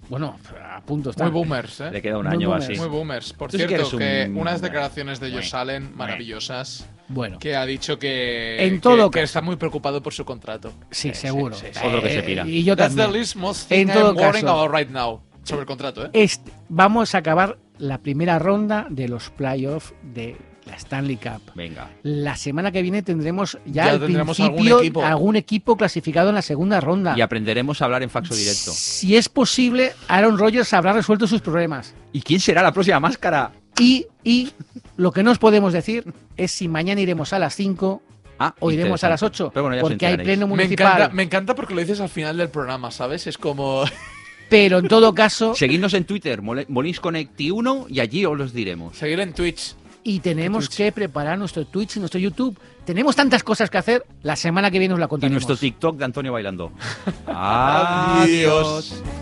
Speaker 1: bueno, a punto está.
Speaker 2: Muy boomers, ¿eh?
Speaker 3: Le queda un
Speaker 1: Muy
Speaker 3: año
Speaker 1: boomers.
Speaker 3: así.
Speaker 2: Muy boomers. Por
Speaker 3: Tú sí que
Speaker 2: cierto, que
Speaker 3: eres un-
Speaker 2: unas declaraciones de ellos
Speaker 3: Bueno.
Speaker 2: salen maravillosas.
Speaker 1: Bueno,
Speaker 2: Que ha dicho que,
Speaker 1: En todo
Speaker 2: que, que
Speaker 1: caso.
Speaker 2: está muy preocupado por su contrato.
Speaker 1: sí, seguro. Eh,
Speaker 2: sí, sí.
Speaker 3: Otro que se pira.
Speaker 1: Y yo
Speaker 2: That's the
Speaker 1: también.
Speaker 2: least most
Speaker 1: En
Speaker 2: thing
Speaker 1: todo
Speaker 2: I'm worrying
Speaker 1: caso.
Speaker 2: about right now. Sobre el contrato, ¿eh?
Speaker 1: Este- vamos a acabar la primera ronda de los playoffs de la Stanley Cup.
Speaker 3: Venga.
Speaker 1: La semana que viene tendremos ya,
Speaker 2: Ya
Speaker 1: al
Speaker 2: tendremos algún
Speaker 1: principio algún
Speaker 2: equipo.
Speaker 1: equipo. clasificado en la segunda ronda.
Speaker 3: Y aprenderemos a hablar en faxo directo.
Speaker 1: Si es posible, Aaron Rodgers habrá resuelto sus problemas.
Speaker 3: ¿Y quién será la próxima máscara?
Speaker 1: Y, y lo que no os podemos decir es si mañana iremos a las 5
Speaker 3: Ah,
Speaker 1: o iremos a
Speaker 3: interesante.
Speaker 1: las 8,
Speaker 3: Pero bueno, ya os
Speaker 1: porque hay
Speaker 3: enteraréis.
Speaker 1: pleno
Speaker 2: Me
Speaker 1: municipal.
Speaker 2: encanta, me encanta porque lo dices al final del programa, ¿sabes? Es como.
Speaker 1: Pero en todo caso,
Speaker 3: Seguidnos en Twitter, Mole- Molins Connecti 1 y allí os los diremos.
Speaker 2: Seguir en Twitch.
Speaker 1: y tenemos que preparar nuestro Twitch y nuestro YouTube. Tenemos tantas cosas que hacer, la semana que viene os la
Speaker 3: Y
Speaker 1: contaremos.
Speaker 3: nuestro TikTok de Antonio bailando.
Speaker 2: Adiós.
Speaker 3: Adiós.